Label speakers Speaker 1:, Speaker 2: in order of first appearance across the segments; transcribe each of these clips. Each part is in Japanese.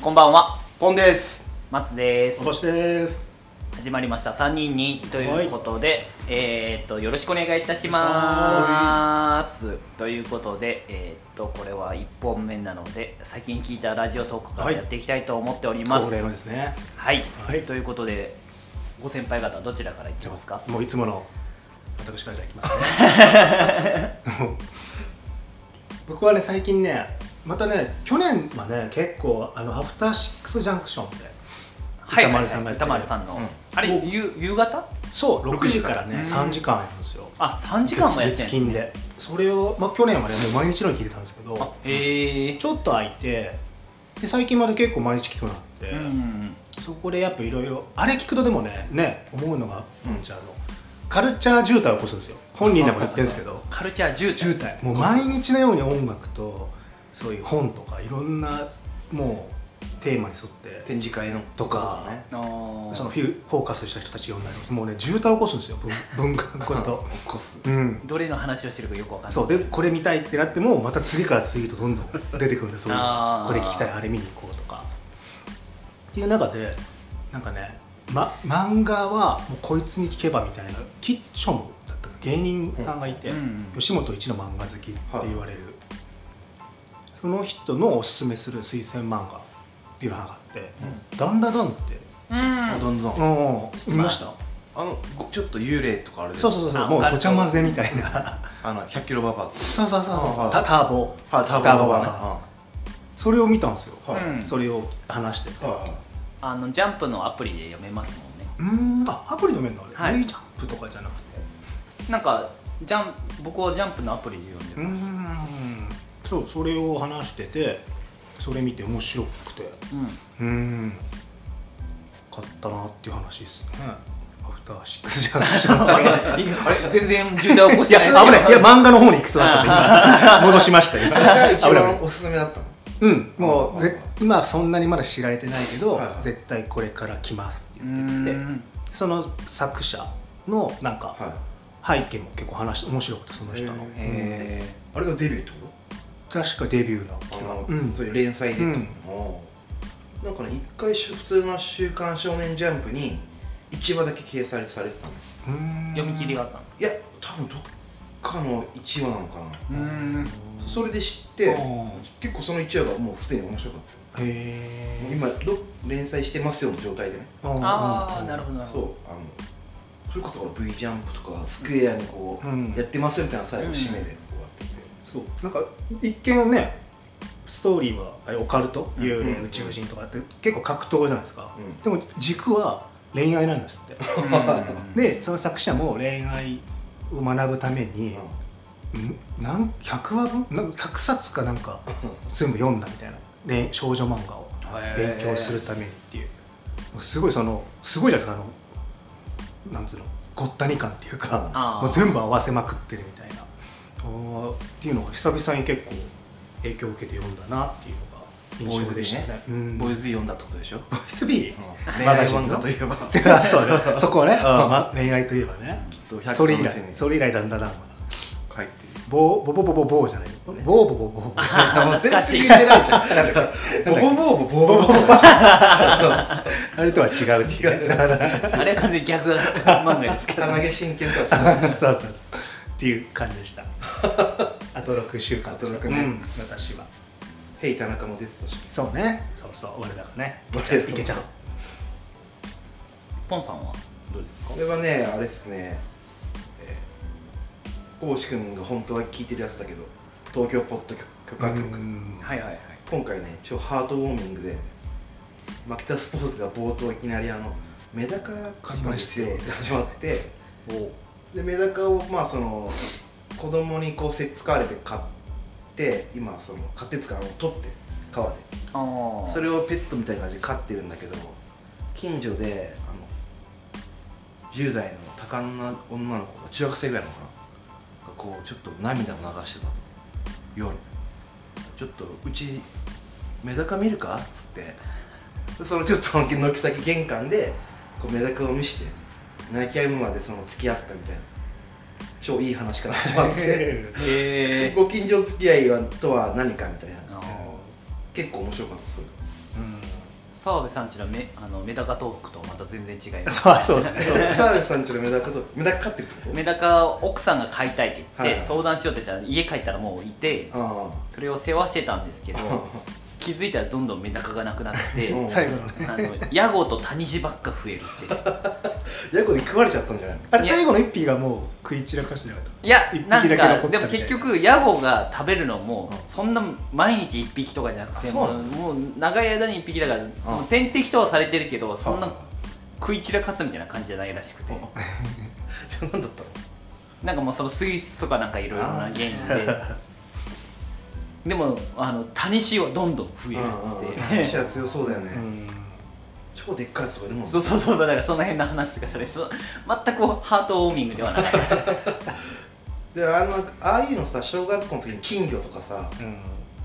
Speaker 1: こんばんは、
Speaker 2: ポンです。
Speaker 1: 松です。
Speaker 3: 星です。
Speaker 1: 始まりました。三人にということで、えーっとよろしくお願いいたします。ということで、えーっとこれは一本目なので、最近聞いたラジオトークから
Speaker 3: はい
Speaker 1: やっていきたいと思っております。は
Speaker 3: 恒例の
Speaker 1: い。
Speaker 3: ですね。はい
Speaker 1: ということで、ご先輩方どちらからいきますか。
Speaker 3: もういつもの私からじゃあいきます ね。もう僕はね最近ねまたね去年はね結構あのアフターシックスジャンクションで
Speaker 1: はい、
Speaker 3: 歌丸さんがやっ
Speaker 1: 歌
Speaker 3: てる
Speaker 1: 丸さんの、
Speaker 2: うん
Speaker 1: あれ
Speaker 3: もう
Speaker 1: 夕夕方？
Speaker 3: そう6
Speaker 2: 6時
Speaker 3: 時
Speaker 2: か
Speaker 3: かららね3時間やるんですよ。
Speaker 1: あ、三時間もやって
Speaker 3: 月
Speaker 1: んです
Speaker 3: 金
Speaker 1: ね。
Speaker 3: でそれをまあ去年はねもう毎日のように聞いてたんですけ
Speaker 1: あ
Speaker 3: ど、
Speaker 1: へえー。
Speaker 3: ちょっと空いてで最近まで結構毎日聞くようになって。
Speaker 1: うん。
Speaker 3: そこでやっぱいろいろあれ聞くとでもねね思うのが、うん、じゃああのカルチャー渋滞を起こすんですよ本人でも言ってるんですけど
Speaker 1: カルチャー10
Speaker 3: 渋滞もう毎日のように音楽とそういう本とかいろんなもうテーマに沿って
Speaker 2: 展示会の
Speaker 3: とか
Speaker 2: ね。
Speaker 1: そ
Speaker 3: そのフィフォーカスした人たちが呼んだりもうね渋滞を起こすんですよ文文化のこと
Speaker 2: 起こす。
Speaker 3: うん
Speaker 1: どれの話をしてるかよくわかんない
Speaker 3: そうでこれ見たいってなってもまた次から次へとどんどん出てくるんでそういうの
Speaker 1: あー
Speaker 3: がこれ聞きたいあれ見に行こうとかっていう中でなんかね、ま、漫画はもうこいつに聞けばみたいなキッチョムだったか芸人さんがいて、
Speaker 1: うんうん
Speaker 3: 吉本一の漫画好きって言われる、その人のおすすめする推薦漫画っていうのがあって「ダンダダン」って
Speaker 1: うん
Speaker 2: あどんどん。あ
Speaker 3: うん
Speaker 1: 知ってます
Speaker 3: 見ました
Speaker 2: のごちょっと幽霊とかあれ
Speaker 3: そうそうそう
Speaker 1: あ
Speaker 3: も
Speaker 1: わ
Speaker 3: う
Speaker 1: かる
Speaker 3: ごちゃ混ぜみたいな
Speaker 2: あの100キロババアと
Speaker 3: そうそうそうそうそう
Speaker 2: あ
Speaker 3: タターボ
Speaker 2: か。はターボババ
Speaker 3: それを見たんですよ、
Speaker 2: アね。
Speaker 1: うん
Speaker 3: それを話してて
Speaker 2: はい。はい。
Speaker 1: あのジャンプのアプリで読めますもんね
Speaker 3: うーんあアプリの面のあ
Speaker 1: は
Speaker 3: れ、
Speaker 1: い
Speaker 3: レイジャンプとかじゃなくて
Speaker 1: なんかジャン僕はジャンプのアプリで読んでる
Speaker 3: んそうそれを話しててそれ見て面白くて
Speaker 1: うん
Speaker 3: うーん買ったなっていう話ですねアフターシックスじゃないです
Speaker 1: あれ全然渋滞起こしてない
Speaker 3: 危ないいや漫画の方に行くそうだったんで今戻しましたよ
Speaker 2: それ
Speaker 3: 危な
Speaker 2: が一
Speaker 3: い
Speaker 2: 番おすすめだったの。
Speaker 3: うんもうぜ今はそんなにまだ知られてないけど
Speaker 2: はいはい
Speaker 3: 絶対これから来ますって
Speaker 1: う
Speaker 3: 言ってて
Speaker 1: ん
Speaker 3: その作者のなんか、
Speaker 2: はい。
Speaker 3: 背景も結構話して面白くてその人の、
Speaker 1: へ
Speaker 2: あれがデビューってこ
Speaker 3: 確かデビューの
Speaker 2: と？あの、
Speaker 3: うん
Speaker 2: そういう連載でってこと。おーなんかね一回し普通の週刊少年ジャンプに一話だけ掲載されてたの。
Speaker 1: ー読み切りがあったんです
Speaker 2: いや多分どっかの一話なのかな。
Speaker 1: うん
Speaker 2: それで知って
Speaker 3: あー
Speaker 2: 結構その一話がもうすでに面白かったよ。
Speaker 3: へえ
Speaker 2: 今ど連載してますよの状態でね。
Speaker 1: ああなるほどなるほ
Speaker 2: そう
Speaker 1: ど
Speaker 2: あのそういうことから V ジャンプとかスクエアにこう、
Speaker 3: うん
Speaker 2: やってますよみたいな最後
Speaker 1: うん
Speaker 2: 締めでこうやってて、
Speaker 3: そうなんか一見ねストーリーはあれオカルト幽霊、
Speaker 2: うん
Speaker 3: 宇宙人とかって結構格闘じゃないですか、
Speaker 2: うん
Speaker 3: でも軸は恋愛なんですって
Speaker 1: うん
Speaker 3: でその作者も恋愛を学ぶために、んなん100話分なん100冊かなんか全部読んだみたいな恋少女漫画を勉強するためにっていうすごいそのすごいじゃないですかあのなんつうのごったに感っていう
Speaker 1: あ
Speaker 3: か
Speaker 1: ー
Speaker 3: もう全部合わせまくってるみたいなおーっていうのが久々に結構影響を受けて読んだなっていうのが印象でしたね。うん
Speaker 2: ボーイズビー読んだってことでしょ、
Speaker 3: ボイスビー
Speaker 2: うん、恋愛漫画といえば
Speaker 3: あそう ねそこはね、うんまあ恋愛といえばね
Speaker 2: と100
Speaker 3: それ以
Speaker 2: かも
Speaker 3: 来
Speaker 2: しれない
Speaker 3: それ以来だんだんだん
Speaker 2: 書いてる
Speaker 3: ボーボボボボボーじゃないボーボボボボボ
Speaker 2: もう
Speaker 1: 懐かしい
Speaker 2: 全然言えないじゃんなんかボボボボボボボボ
Speaker 3: あれとは違うっていうね
Speaker 2: 違う
Speaker 1: あれは完全に逆漫画ですから
Speaker 2: 鼻毛真剣とは違 う
Speaker 3: そうそうそうっていう感じで したあと6週間
Speaker 2: あと六ね
Speaker 3: うん私は
Speaker 2: 「ヘイ田中」も出てたし
Speaker 3: そうねそうそう俺らがね
Speaker 2: 俺らが
Speaker 3: いけちゃう
Speaker 1: ポンさんはどうですか
Speaker 2: これはねあれっすねえー大志くんが本当は聴いてるやつだけど東京ポッド許許可局
Speaker 3: うん
Speaker 1: はいはいはい
Speaker 2: 今回ね超ハートウォーミングでマキタスポーツが冒頭いきなりあのメダカ買ったんですよって始まって
Speaker 1: お
Speaker 2: でメダカをまあその子供にこうせっつかわれて買って今その買ってつかあの取って川で
Speaker 1: ああ
Speaker 2: それをペットみたいな感じで飼ってるんだけど近所であの10代の多感な女の子が中学生ぐらいなのかながこうちょっと涙を流してたと夜ちょっとうちメダカ見るかっつってでそのちょっと軒先玄関でこうメダカを見して泣き止むまでその付き合ったみたいな超いい話から始まって
Speaker 1: へえ
Speaker 2: ご近所付き合いはとは何かみたいな
Speaker 1: あー
Speaker 2: 結構面白かったそれ
Speaker 3: うん
Speaker 1: 澤部さんちのメあのメダカトークとまた全然違います
Speaker 3: そうそう
Speaker 2: そう澤部さんちのメダカとメダカ飼ってるってこと
Speaker 1: メダカを奥さんが飼いたいって言って、
Speaker 2: はい
Speaker 1: 相談しようって言ったら家帰ったらもういて
Speaker 2: あ
Speaker 1: それを世話してたんですけど
Speaker 2: あ
Speaker 1: 気づいたらどんどんメダカがなくなって
Speaker 2: うん
Speaker 1: て
Speaker 3: 最後のね
Speaker 1: あのヤゴとタニシばっか増えるっていう
Speaker 2: ヤコに食われちゃったんじゃないの
Speaker 3: あれ最後の一匹がもう食い散らかしてなかった
Speaker 1: いや
Speaker 3: 一匹だ
Speaker 1: なん
Speaker 3: け残った
Speaker 1: か
Speaker 3: み
Speaker 1: で
Speaker 3: たい
Speaker 1: も
Speaker 3: な
Speaker 1: 結局ヤゴが食べるのも
Speaker 2: うん
Speaker 1: そんな毎日1匹とかじゃなくて
Speaker 2: あそ
Speaker 1: も
Speaker 2: うな
Speaker 1: うんもう長い間に1匹だからその天敵とはされてるけどそんな食い散らかすみたいな感じじゃないらしくて
Speaker 2: じゃあ何だったの
Speaker 1: なんかもうその水質とかなんかいろいろな
Speaker 2: あー
Speaker 1: 原因ででもあのタニシはどんどん増えるっつ
Speaker 2: うんうん
Speaker 1: っ
Speaker 2: 話
Speaker 1: て
Speaker 2: は強そうだよね、
Speaker 3: うん
Speaker 2: 超でっかいやつとかいるもん ね
Speaker 1: そうそうそうだからその辺の話とかされそう全くハートウォーミングではなかったです
Speaker 2: であのああいうのさ小学校の時に金魚とかさ
Speaker 3: うん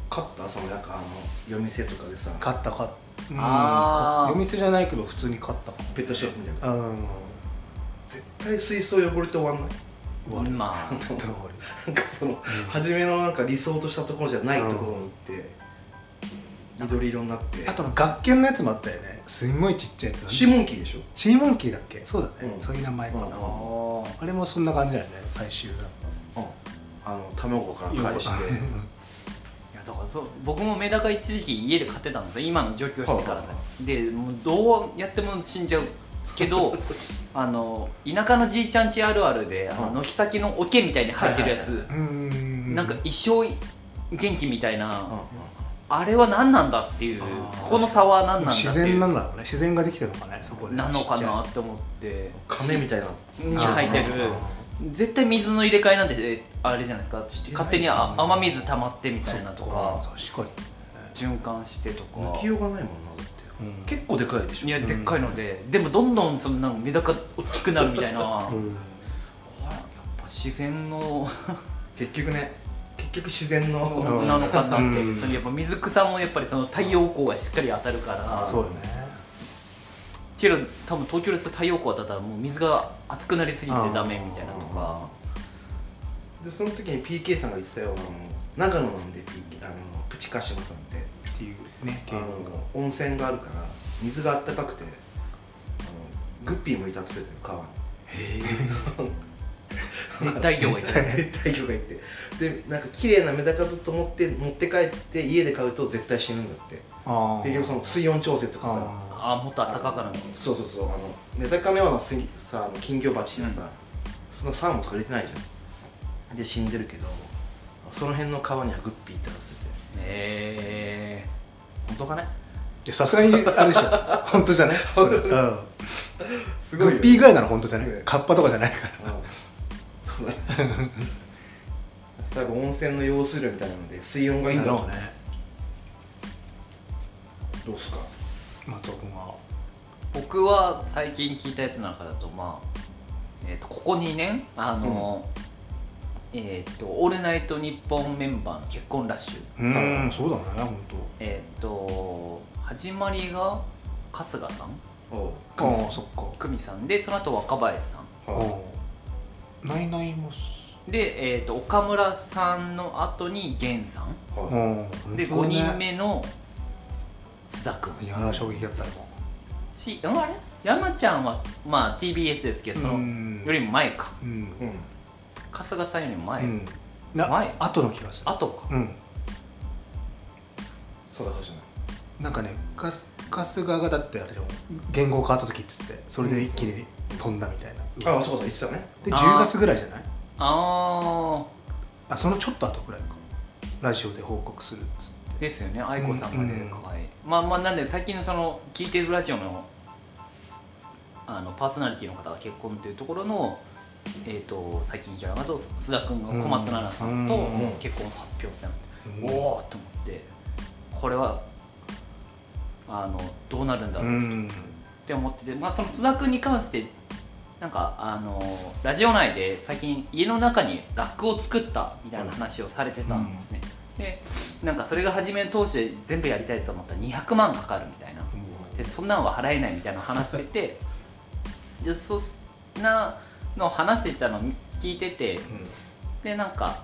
Speaker 2: 飼ったそのなんかあの夜店とかでさ
Speaker 3: 買った買ったうん
Speaker 1: あー
Speaker 3: 買っお店じゃないけど普通に買ったか
Speaker 2: ペットショップみたいな
Speaker 3: もうん
Speaker 2: 絶対水槽汚れて終わんない
Speaker 3: 悪い
Speaker 1: まあ
Speaker 3: 通り
Speaker 2: なんかその、初めのなんか理想としたところじゃないところに行って、緑色になって
Speaker 3: あとの学研のやつもあったよねすんごいちっちゃいやつ
Speaker 2: シモンキーでしょ
Speaker 3: シーモンキーだっけそうだね、
Speaker 2: うん
Speaker 3: そういう名前かな、
Speaker 2: うん
Speaker 3: あれもそんな感じだよね最終
Speaker 2: あの卵から
Speaker 3: が
Speaker 2: 返して
Speaker 1: いやだからそう僕もメダカ一時期家で飼ってたんですよ今の上京してから
Speaker 2: は
Speaker 1: さ
Speaker 2: あは
Speaker 1: でもうどうやっても死んじゃうけ どあの田舎のじいちゃん家あるあるであの
Speaker 2: うん
Speaker 1: 軒先の桶みたいに入ってるやつ、
Speaker 2: はいは
Speaker 3: うーん
Speaker 1: なんか一生元気みたいな、
Speaker 2: うんうん
Speaker 1: あれは何なんだっていう
Speaker 3: あー
Speaker 1: そこの差は何なんだっていう
Speaker 3: 自然なんだろうね自然ができてるのかねそこで
Speaker 1: なのか
Speaker 3: ちっちゃ
Speaker 1: ないって思って
Speaker 2: 亀みたいな
Speaker 1: に入ってる絶対水の入れ替えなんてあれじゃないですか
Speaker 2: してない
Speaker 1: 勝手にあ雨水溜まってみたいなと
Speaker 3: あ
Speaker 1: か
Speaker 3: ー確か
Speaker 1: 循環してとか
Speaker 2: 抜きようがないもんなだって、
Speaker 3: に、うん
Speaker 2: 結構でかいでしょ
Speaker 1: いや
Speaker 3: うん
Speaker 1: でっかいので、でもどんどんそのなんかメダカ大きくなるみたいな、ほらやっ
Speaker 3: うん
Speaker 1: ぱ自然の
Speaker 2: 結局ね結局自然の
Speaker 1: なのかなって、
Speaker 3: うん
Speaker 1: そのやっぱ水草もやっぱりその太陽光がしっかり当たるから、
Speaker 3: そうよね
Speaker 1: けど多分東京ですと太陽光当たったらもう水が熱くなりすぎてダメみたいなとか
Speaker 2: でその時に PK さんが言ってたよあの長野なんで PK あのプチカシマさんって
Speaker 3: っていうね
Speaker 2: あの温泉があるから水があったかくてあのグッピーもいたっつってたよ川に
Speaker 1: 熱帯魚 がいたり
Speaker 2: 絶対魚がいてでなんか綺麗なメダカだと思って持って帰って家で飼うと絶対死ぬんだって
Speaker 3: あー
Speaker 2: でその水温調整とかさ
Speaker 3: あ
Speaker 1: ああもっと暖かくなる
Speaker 2: そうそうそうあのメダカのような水さあの金魚鉢がさ、
Speaker 1: うん
Speaker 2: そのサーモンとか入れてないじゃんで死んでるけどその辺の川にはグッピーいたらすって
Speaker 1: え
Speaker 2: 本当かね
Speaker 3: ーでさすがにあ れでしょ本当じゃないそれうん
Speaker 2: す
Speaker 3: グッピーぐらいなら本当じゃないカッパとかじゃないから
Speaker 2: そうだね多分温泉の用水路みたいなので水温がいいんだろうね
Speaker 3: ね
Speaker 2: どうっすか
Speaker 3: 松尾君は
Speaker 1: 僕は最近聞いたやつの中だとまあ、えー、とここ2年あの、えっ、と「オールナイトニッポン」メンバーの結婚ラッシュ
Speaker 3: うーんそうだね本
Speaker 1: えっ、と始まりが春日さん
Speaker 2: おう
Speaker 3: 当ああそっか
Speaker 1: 久美さんでその後若林さん
Speaker 2: は
Speaker 3: ナイナイも
Speaker 1: で、えー、と岡村さんの後に源さん
Speaker 2: い、はい
Speaker 3: うん
Speaker 1: で5人目の津田君
Speaker 3: いやー衝撃だったよ
Speaker 1: しうんあれ山ちゃんは、まあ、TBS ですけどその
Speaker 3: うん
Speaker 1: よりも前か
Speaker 3: うん
Speaker 2: うん
Speaker 1: 春日さんよりも前、
Speaker 3: うんな
Speaker 1: 前
Speaker 3: 後の気がする
Speaker 1: 後か
Speaker 3: うん
Speaker 2: 定かじゃない
Speaker 3: なんかねかす春日がだってあれでも言語変わった時っつってそれで一気に飛んだみたいな、
Speaker 2: ああそうだ言ってたね
Speaker 3: で
Speaker 1: あー
Speaker 3: 10月ぐらいじゃない
Speaker 1: あ
Speaker 3: あそのちょっと後ぐらいかラジオで報告するっつって
Speaker 1: あですよね愛子さんがね、
Speaker 3: うん
Speaker 1: 可愛いまあまあなんで最近のその聞いてるラジオのあのパーソナリティの方が結婚っていうところのえー、と最近キャラがと須田君が小松菜奈さんと
Speaker 3: うん
Speaker 2: うん
Speaker 1: 結婚発表ってなって、
Speaker 3: うん
Speaker 1: おおと思ってこれはあのどうなるんだろうって思ってて、まあ、その須田君に関してなんかあのラジオ内で最近家の中にラックを作ったみたいな話をされてたんですね、でなんかそれが初め当初で全部やりたいと思ったら200万かかるみたいなでそんなんは払えないみたいな話しててでそんなの話してたの聞いててでなんか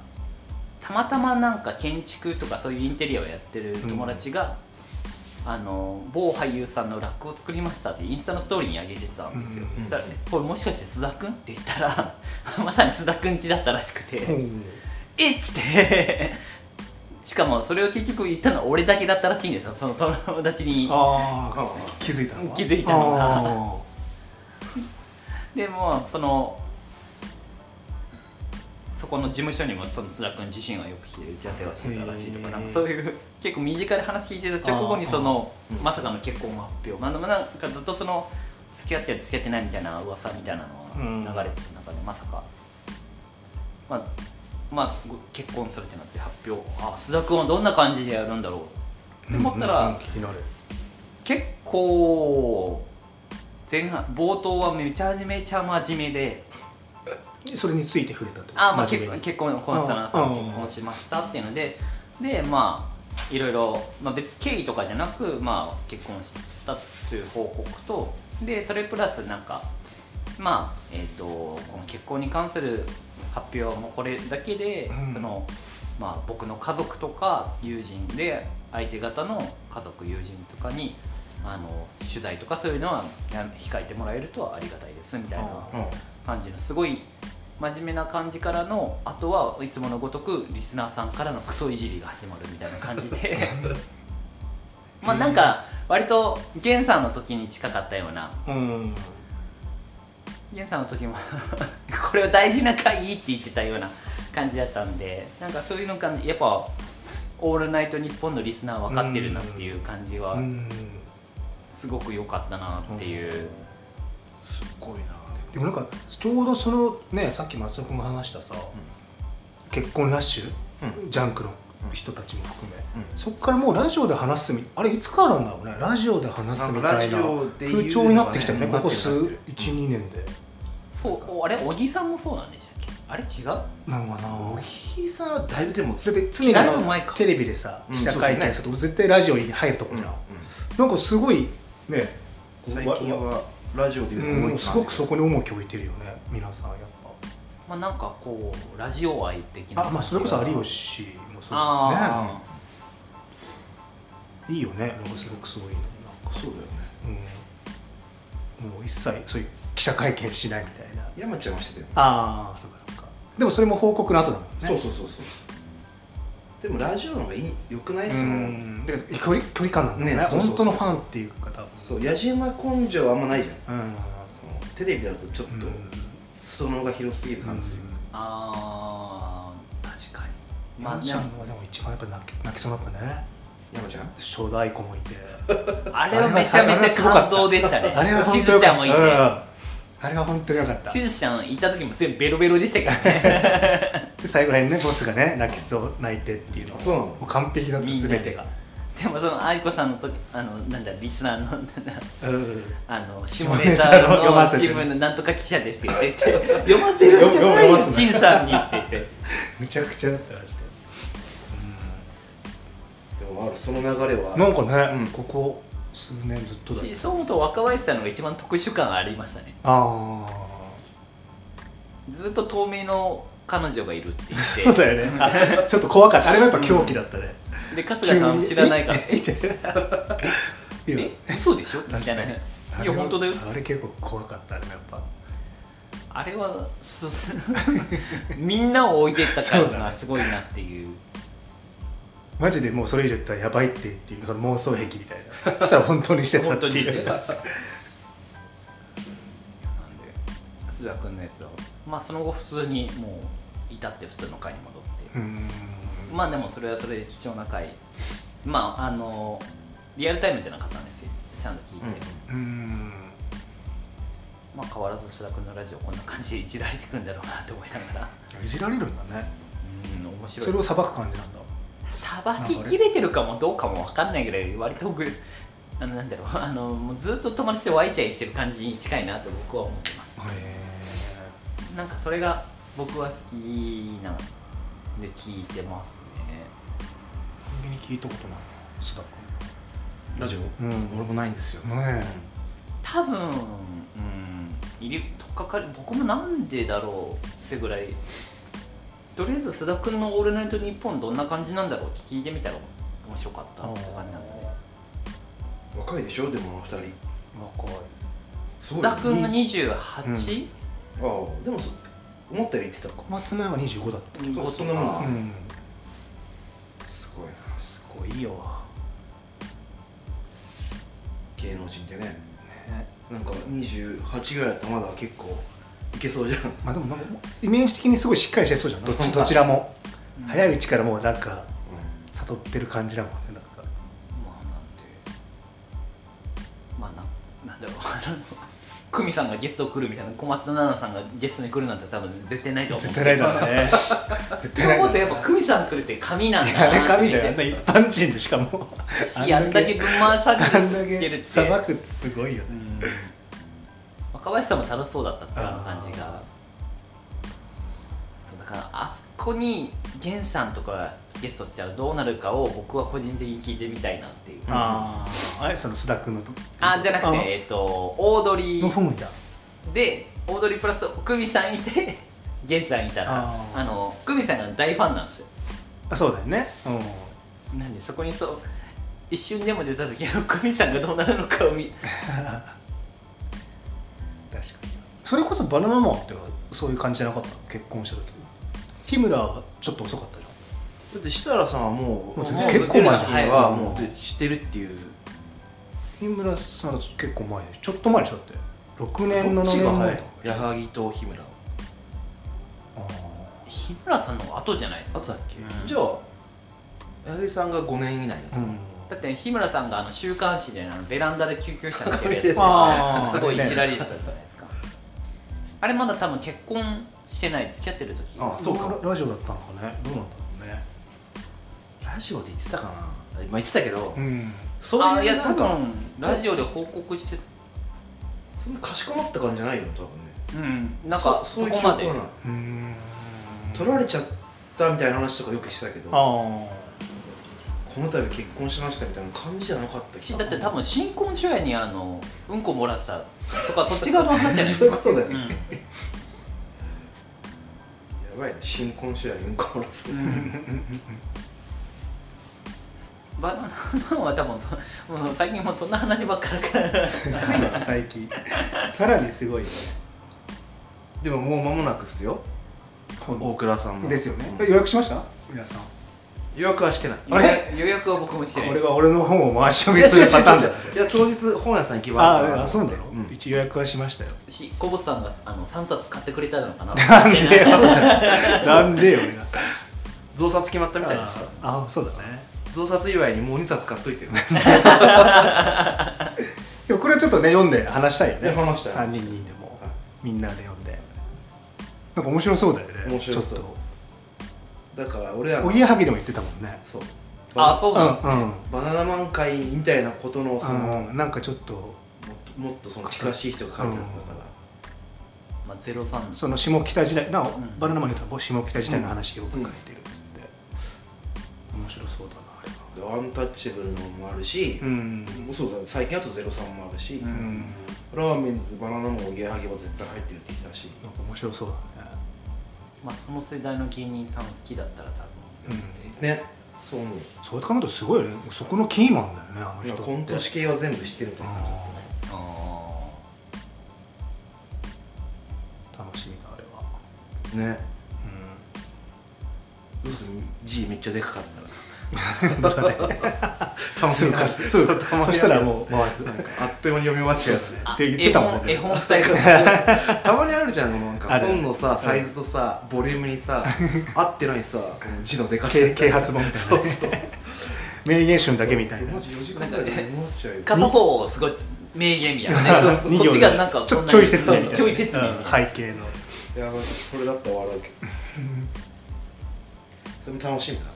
Speaker 1: たまたまなんか建築とかそういうインテリアをやってる友達が、あの某俳優さんのラックを作りましたってインスタのストーリーに上げてたんですよ、
Speaker 3: うん
Speaker 2: うんうん
Speaker 1: そしたらこれもしかして須田君って言ったら まさに須田君家だったらしくて、えっつってしかもそれを結局言ったのは俺だけだったらしいんですよその友達に
Speaker 3: ああ気づいたのは
Speaker 1: 気づいたのが
Speaker 3: あ
Speaker 1: でもうそのそこの事務所にもその須田君自身はよく来て打ち合わせをしてたらしいと
Speaker 3: へ
Speaker 1: か
Speaker 3: ー
Speaker 1: なんかそういう結構身近で話聞いてた直後に
Speaker 3: あー
Speaker 1: その
Speaker 2: うん
Speaker 1: まさかの結婚発表まあでもなんかずっとその付き合ってる付き合ってないみたいな噂みたいなのが流れてる中でまさかまあまあご結婚するってなって発表あ須田君はどんな感じでやるんだろうっ
Speaker 3: ー
Speaker 1: て思った
Speaker 3: うんうんう
Speaker 1: ら
Speaker 3: ん気になる
Speaker 1: 結構前半冒頭はめちゃめちゃ真面目で。
Speaker 3: それについて触れたってこと
Speaker 1: あまあ
Speaker 3: 真
Speaker 1: 結
Speaker 3: 面目に
Speaker 1: 結婚この人の朝
Speaker 3: うん
Speaker 1: 結婚しましたっていうのででまあいろいろ、まあ、別経緯とかじゃなく、まあ、結婚したっていう報告とでそれプラスなんかまあえっ、とこの結婚に関する発表もこれだけで、
Speaker 3: うん
Speaker 1: そのまあ、僕の家族とか友人で相手方の家族友人とかにあの取材とかそういうのはや控えてもらえるとありがたいですみたいな。
Speaker 3: あ
Speaker 2: うん
Speaker 1: 感じのすごい真面目な感じからのあとはいつものごとくリスナーさんからのクソいじりが始まるみたいな感じ でまあなんか割と源さんの時に近かったような
Speaker 3: うん
Speaker 1: 源さんの時も これは大事な回って言ってたような感じだったんでなんかそういうのがやっぱ「オールナイトニッポン」のリスナー分かってるなっていう感じは
Speaker 3: うん
Speaker 1: すごく良かったなっていう。
Speaker 2: すっごいな
Speaker 3: でもなんかちょうどそのねさっき松尾君が話したさ結婚ラッシュ
Speaker 2: うん
Speaker 3: ジャンクの人たちも含め
Speaker 2: うん
Speaker 3: そっからもうラジオで話すみあれいつからなんだろうねラジオで話すみたいな
Speaker 2: なんかラジオで言うのがね
Speaker 3: 風潮になってきたよね
Speaker 2: な
Speaker 3: こ
Speaker 2: っ
Speaker 3: こ
Speaker 2: てる
Speaker 3: 数
Speaker 2: なってる
Speaker 3: 12年で
Speaker 1: そうおあれ小木さんもそうなんでしたっけあれ違う
Speaker 3: なんかな
Speaker 2: おひさんはだいぶでも
Speaker 3: だって常に
Speaker 1: だ
Speaker 3: あ
Speaker 1: いぶ前
Speaker 3: の
Speaker 1: か
Speaker 3: テレビでさ
Speaker 2: うん
Speaker 3: 記者会見すると絶対ラジオに入るとこ
Speaker 2: うん
Speaker 3: じゃん、
Speaker 2: う
Speaker 3: なんかすごいね
Speaker 2: ん最近はラジオで言うのが多い
Speaker 3: うん、
Speaker 2: 感じ
Speaker 3: すごくそこ
Speaker 2: に
Speaker 3: に重きを置いてるよね皆さんやっ
Speaker 1: まあ、なんかこうラジオ愛的な
Speaker 3: ぱあ、まあ、それこそ有
Speaker 1: 吉
Speaker 3: 吉もそうだよね
Speaker 1: あ
Speaker 3: いいよねなんかすごくそういうのなんか
Speaker 2: そうだよね
Speaker 3: うんもう一切そういう記者会見しないみたいな
Speaker 2: 山ちゃんはしてたよね
Speaker 3: ああそうかそうかでもそれも報告の後だもんね
Speaker 2: そうそうそうそうでもラジオの方がいいよくないその
Speaker 3: んだから距離距離感なんだよね
Speaker 2: ねそうそうそう
Speaker 3: 本当のファンっていうか多分
Speaker 2: そう矢島根性はあんまないじゃん
Speaker 3: うん
Speaker 2: そのテレビだとちょっと裾野が広すぎる感じする
Speaker 1: ーあー確かに
Speaker 3: ま
Speaker 1: ま
Speaker 3: あ、
Speaker 1: あ
Speaker 3: ち
Speaker 1: で
Speaker 3: ゃ
Speaker 1: も
Speaker 3: んはでも一番やっぱ泣き泣きそうになったね
Speaker 2: 山ちゃん
Speaker 3: ちょうど愛子もいて
Speaker 1: あれはめちゃめちゃ感動でしたね
Speaker 3: あれは
Speaker 1: し
Speaker 3: 本当
Speaker 1: ず
Speaker 3: よ
Speaker 1: ち
Speaker 3: か
Speaker 1: ゃ
Speaker 3: っ
Speaker 1: ん
Speaker 3: た
Speaker 1: も
Speaker 3: う
Speaker 1: い
Speaker 3: ん
Speaker 1: て
Speaker 3: あれは本当によかった
Speaker 1: しずちゃん行った時も全部ベロベロでしたけどね
Speaker 3: で最後らへんねボスがね泣きそう泣いてっていうの
Speaker 2: あそうなの
Speaker 3: もう完璧だった
Speaker 1: みんな
Speaker 3: 全てが
Speaker 1: でもその愛子さんの時あのなんだリスナーのなんだ
Speaker 3: うん
Speaker 1: あの下ネタの
Speaker 3: 読ませて
Speaker 1: 新
Speaker 3: る
Speaker 1: 聞のなんとか記者ですって言 ってて
Speaker 2: 読ませるんじゃない
Speaker 3: 読ま
Speaker 2: よ
Speaker 3: せ
Speaker 1: 陳さんにって言って
Speaker 3: むちゃくちゃだったらしい
Speaker 2: でもあるその流れは
Speaker 3: なんかね、
Speaker 2: うん
Speaker 3: ここ数年ずっとだ
Speaker 1: しそう思うと若林さんのが一番特殊感ありましたね
Speaker 3: あ
Speaker 1: ずっと透明の彼女がいるって言って
Speaker 3: あ そうだよねあちょっと怖かったあれはやっぱ狂気だったね、
Speaker 1: で春日さんは知ら ないから
Speaker 3: 急にえいや
Speaker 1: え嘘で しょみ
Speaker 3: かに
Speaker 1: たいな
Speaker 3: あ
Speaker 1: い
Speaker 3: れ
Speaker 1: や
Speaker 3: は
Speaker 1: 本当だよ
Speaker 3: あれ結構怖かったあれもやっぱ
Speaker 1: あれはす みんなを置いてった感がすごいなっていう
Speaker 3: マジでもうそれ以上言ったらやばいって言っていうその妄想癖みたいなそしたら本当にしてた
Speaker 1: 本
Speaker 3: って
Speaker 1: 当にして
Speaker 3: い
Speaker 1: るな
Speaker 3: うん
Speaker 1: で須田君のやつをまあその後普通にもう至って普通の会に戻って
Speaker 3: うん
Speaker 1: まあでもそれはそれで貴重な回まああのリアルタイムじゃなかったんですよちゃんと聞いて、
Speaker 2: う
Speaker 3: うん
Speaker 1: まあ変わらず須田君のラジオこんな感じでいじられていくんだろうなと思いながら
Speaker 3: いじられるんだね
Speaker 1: うん面白い
Speaker 3: それを裁く感じなんだ
Speaker 1: さばききれてるかもどうかもわかんないぐらい割とぐあのなんだろう あのもうずっと友達とワイチャイしてる感じに近いなと僕は思ってます
Speaker 3: へ
Speaker 1: なんかそれが僕は好きなんで聞いてますね
Speaker 3: えコンビニ聞いたことない須田
Speaker 2: ラジオ
Speaker 3: 君うん
Speaker 2: 俺もないんですよ
Speaker 3: ね
Speaker 1: 多分うんいりとっかかり僕もなんでだろうってぐらいとりあえず須田君の「オールナイトニッポン」どんな感じなんだろうって聞いてみたら面白かったって感じなんだね
Speaker 2: 若いでしょでもあの二人
Speaker 3: 若い
Speaker 2: すごい
Speaker 1: 田
Speaker 2: よね
Speaker 1: 君が
Speaker 3: うん
Speaker 1: 28?、
Speaker 2: ああでもそ思ったより言ってたか
Speaker 3: 小松菜は25だった
Speaker 1: う
Speaker 2: そうそんなもんだ
Speaker 3: う
Speaker 2: うんすごいな
Speaker 3: すごいよ
Speaker 2: 芸能人ってね
Speaker 3: ね
Speaker 2: なんか28ぐらいだったらまだ結構いけそうじゃん
Speaker 3: まあでもなんかイメージ的にすごいしっかりしてそうじゃんどっちどちらも早いうちからもうなんか悟ってる感じだもんねなんか
Speaker 1: まあなんでまあななんだろうあの久美さんがゲスト来るみたいな小松菜奈さんがゲストに来るなんて多分絶対ないと思う
Speaker 3: 絶対ないだろうね 絶対ない
Speaker 1: もっと
Speaker 3: だ
Speaker 1: や
Speaker 3: ろ
Speaker 1: っ
Speaker 3: う
Speaker 1: ぱ久美さん来るって神なん
Speaker 3: い
Speaker 1: だ
Speaker 3: やあれ
Speaker 1: な
Speaker 3: 神だよあん
Speaker 1: って
Speaker 3: な一般人でしかも
Speaker 1: しあんだけぶん回さ
Speaker 3: あんだ
Speaker 1: れてるっ
Speaker 3: け
Speaker 1: て
Speaker 3: さばくってすごいよ
Speaker 1: う
Speaker 3: ね
Speaker 1: ん若林さんも楽しそうだったっていうあの感じが
Speaker 3: あ
Speaker 1: そうだからあそこに源さんとかゲスト来たらどうなるかを僕は個人的に聞いてみたいなっていう
Speaker 3: あああれその須田君のと
Speaker 1: あじゃなくてえっとオードリ
Speaker 3: の
Speaker 1: ー
Speaker 3: 方にだ
Speaker 1: でオードリープラス久美さんいて 源さんいたら
Speaker 3: あー
Speaker 1: あの久美さんが大ファンなんですよ
Speaker 3: あそうだよねうん
Speaker 1: なんでそこにそう一瞬でも出た時 の久美さんがどうなるのかを見
Speaker 3: 確かにそれこそバナナマンってはそういう感じじゃなかったの結婚した時日村はちょっと遅かったじ
Speaker 2: だって設楽さんはもう
Speaker 3: もう全
Speaker 1: 然
Speaker 2: 結
Speaker 1: 結構
Speaker 2: 構前
Speaker 1: 前
Speaker 2: はもうでしてるっていう
Speaker 3: ゃん日村さんだと結構前でしょちょっと前でしょだって6年
Speaker 2: ど
Speaker 3: 7
Speaker 2: っち
Speaker 3: 年
Speaker 2: が
Speaker 3: 前
Speaker 2: 早い矢作と日村
Speaker 3: あ
Speaker 1: 日村さんの後じゃないです
Speaker 2: あ
Speaker 1: か
Speaker 2: とだっけ、
Speaker 1: うん
Speaker 2: じゃあ矢作さんが5年以内だ
Speaker 3: ーう
Speaker 2: と、
Speaker 3: ん
Speaker 1: だって日村さんがあの週刊誌であのベランダで救急車乗ってるやつと
Speaker 3: あ
Speaker 1: か
Speaker 3: ー
Speaker 1: すごいいじられてたじゃないですかあれまだ多分結婚してない付き合ってる時
Speaker 2: あそうか
Speaker 3: ララジオだったのかねどうなんだろうね
Speaker 2: ラジオで言ってたかなまあ言ってたけど、
Speaker 3: うん
Speaker 2: そう
Speaker 1: あ
Speaker 2: い
Speaker 1: いうや
Speaker 2: な
Speaker 1: 多
Speaker 2: んか
Speaker 1: 分ラジオで報告して
Speaker 2: そんなかしこまった感じじゃないよ多分ね
Speaker 1: うんなんかそこま
Speaker 2: 記
Speaker 1: で
Speaker 2: 憶はないう
Speaker 3: ーん
Speaker 2: 取られちゃったみたいな話とかよくしてたけどこ
Speaker 3: あ
Speaker 2: の度結婚しましたみたいな感じじゃなかった気
Speaker 1: し
Speaker 2: が
Speaker 1: だって多分新婚初夜にあのうんこ漏らしたとかそっち側の話じゃ ないで
Speaker 2: そう
Speaker 1: す
Speaker 2: いう
Speaker 1: か
Speaker 2: ことだよ
Speaker 1: う
Speaker 2: ね、
Speaker 1: ん
Speaker 2: やばいね新婚主やうんこ漏らす
Speaker 1: バナナマンは多分そもう最近もうそんな話ばっかだから
Speaker 3: あ最近 さらにすごいよね
Speaker 2: でももう間もなくっすよ大倉さんの
Speaker 3: ですよね、
Speaker 2: うん
Speaker 3: 予約しました皆さん
Speaker 2: 予約はしてない
Speaker 3: あれ
Speaker 1: 予約は僕もしてない
Speaker 3: こ
Speaker 1: で
Speaker 3: れ
Speaker 1: す
Speaker 3: は俺の本を回し読みするパターンだ
Speaker 2: いや当日本屋さん行けば
Speaker 3: ああそうだろ、
Speaker 2: ん
Speaker 3: 一応予約はしましたよ
Speaker 1: し小坊さんがあの3冊買ってくれたのかな
Speaker 3: なんでよなんでよ俺が
Speaker 2: 増刷決まったみたいでさ
Speaker 3: ああそうだね
Speaker 2: 増刷祝いにもう2冊買っといてよ
Speaker 3: でもこれはちょっとね読んで話したいよね
Speaker 2: ね話したい
Speaker 3: 3人にでも、
Speaker 2: はい
Speaker 3: みんなで読んでなんか面白そうだよね
Speaker 2: 面白そう
Speaker 3: ちょ
Speaker 2: だから俺ら
Speaker 3: っとお
Speaker 2: の
Speaker 3: ぎやはぎでも言ってたもんね
Speaker 2: そう
Speaker 1: あそうなんです
Speaker 3: うんうん
Speaker 2: バナナマン会みたいなことのそのもっ
Speaker 3: うんなんかちょっと
Speaker 2: ともっとその近しい人が書いたやつだから
Speaker 1: まあ、03
Speaker 3: その下北時代なお、
Speaker 1: ん
Speaker 3: バナナマン言うと下北時代の話をよく書いてるっつって、面白そうだなあれは
Speaker 2: でアンタッチャブルのもあるし
Speaker 3: う、ん
Speaker 2: そうだね最近あと03もあるし、
Speaker 3: うん
Speaker 2: ラーメンズバナナマンおぎやはぎも絶対入ってるって言ってたし
Speaker 3: なんか面白そうだね
Speaker 1: まあ、その世代の芸人さん好きだったら多分、
Speaker 2: ねそう思う
Speaker 3: そう考えるとすごいよねそこのキーマンだよねあの
Speaker 2: 今
Speaker 3: 人
Speaker 2: コント師系は全部知ってるみたいな感じだったね
Speaker 1: あ
Speaker 3: あー楽しみだあれは
Speaker 2: ね
Speaker 3: う
Speaker 2: どうする G めっちゃでかかったら
Speaker 3: んだね
Speaker 2: た
Speaker 3: すぐ貸すすぐ
Speaker 2: そうたまにあるやつ
Speaker 3: そしたらもう回す
Speaker 2: なんか あっという間に読み終わっちゃうやつね
Speaker 1: あ
Speaker 3: って言ってたもんね
Speaker 1: 絵本絵本スタイル
Speaker 2: たまにあるじゃんなん
Speaker 3: あ
Speaker 2: か
Speaker 3: る
Speaker 2: 本のさサイズとさボリュームに さ合ってないさこの字のでかさ
Speaker 3: 啓啓発本みたいなね名言集だけみたいな
Speaker 2: マジ4時間ぐらいで読み終わっちゃうよ
Speaker 1: 片方をすごい名言みたいなね
Speaker 3: 二
Speaker 1: こ
Speaker 3: 行
Speaker 1: っち
Speaker 3: で
Speaker 1: がなんか
Speaker 3: ち
Speaker 1: そん
Speaker 3: ょ
Speaker 1: なに
Speaker 3: ちょい説明みたいな
Speaker 1: ちょい説明みたいな、
Speaker 3: うん背景の
Speaker 2: いやマジそれだったら笑うけどそれも楽しみだな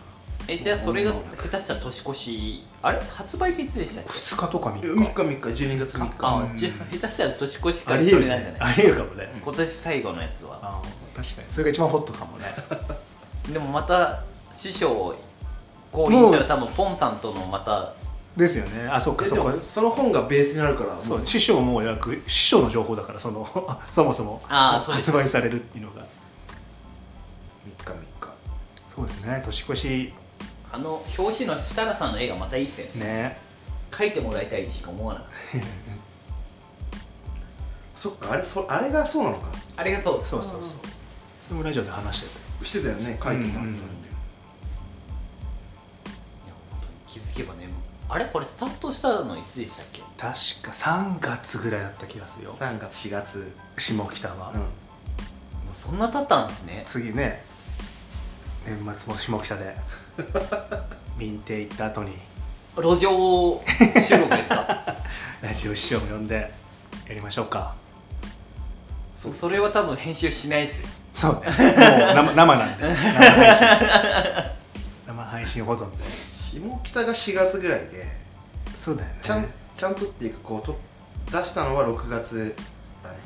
Speaker 1: えじゃあそれが下手したら年越しあれ発売日いつでしたっけ
Speaker 3: 2日とか3
Speaker 2: 3
Speaker 3: 日
Speaker 2: 日3日12月3日
Speaker 1: あ
Speaker 3: うん
Speaker 1: じゃあ下手したら年越しか
Speaker 3: あ
Speaker 1: ら
Speaker 3: り
Speaker 1: そ
Speaker 3: え
Speaker 1: れ
Speaker 3: る
Speaker 1: なんじゃ
Speaker 3: ね
Speaker 1: ない
Speaker 3: ありえるかもね
Speaker 1: 今年最後のやつは
Speaker 3: あー確かにそれが一番ホットかもね
Speaker 1: でもまた師匠を降臨したら多分ポンさんとのまた
Speaker 3: ですよねあそっか
Speaker 2: え
Speaker 3: そ
Speaker 2: で
Speaker 3: こ
Speaker 2: もその本がベースになるからも
Speaker 3: そう師匠も予約師匠の情報だからその そもそも
Speaker 1: あーそうです
Speaker 3: 発売されるっていうのが
Speaker 2: 3日3日
Speaker 3: そうですね年越し
Speaker 1: あの表紙の設楽さんの絵がまたいいっすよね
Speaker 3: ね
Speaker 1: 書いてもらいたいしか思わなかっ
Speaker 2: そっかあれそあれがそうなのか
Speaker 1: たあれがそうです
Speaker 3: そうそうそうそれもラジオで話してて
Speaker 2: してたよね書
Speaker 3: う
Speaker 2: いてもらった
Speaker 3: んう
Speaker 2: ん
Speaker 3: ん
Speaker 2: だよ
Speaker 1: いや本当に気づけばねあれこれスタートしたのいつでしたっけ
Speaker 3: 確か3月ぐらいだった気がするよ
Speaker 2: 3月4月
Speaker 3: 下北は、
Speaker 2: うん
Speaker 1: もうそんな経ったんですね
Speaker 3: 次ね年末も下北で 民邸行った後に
Speaker 1: 路上収録です か
Speaker 3: ラジオ師匠も呼んでやりましょうか
Speaker 1: そそれは多分編集しないですよ
Speaker 3: そうねもう生生なん で生配信生配信保存で
Speaker 2: 下北が4月ぐらいで
Speaker 3: そうだよね
Speaker 2: ちゃんちゃんとっていうかこうと出したのは6月だね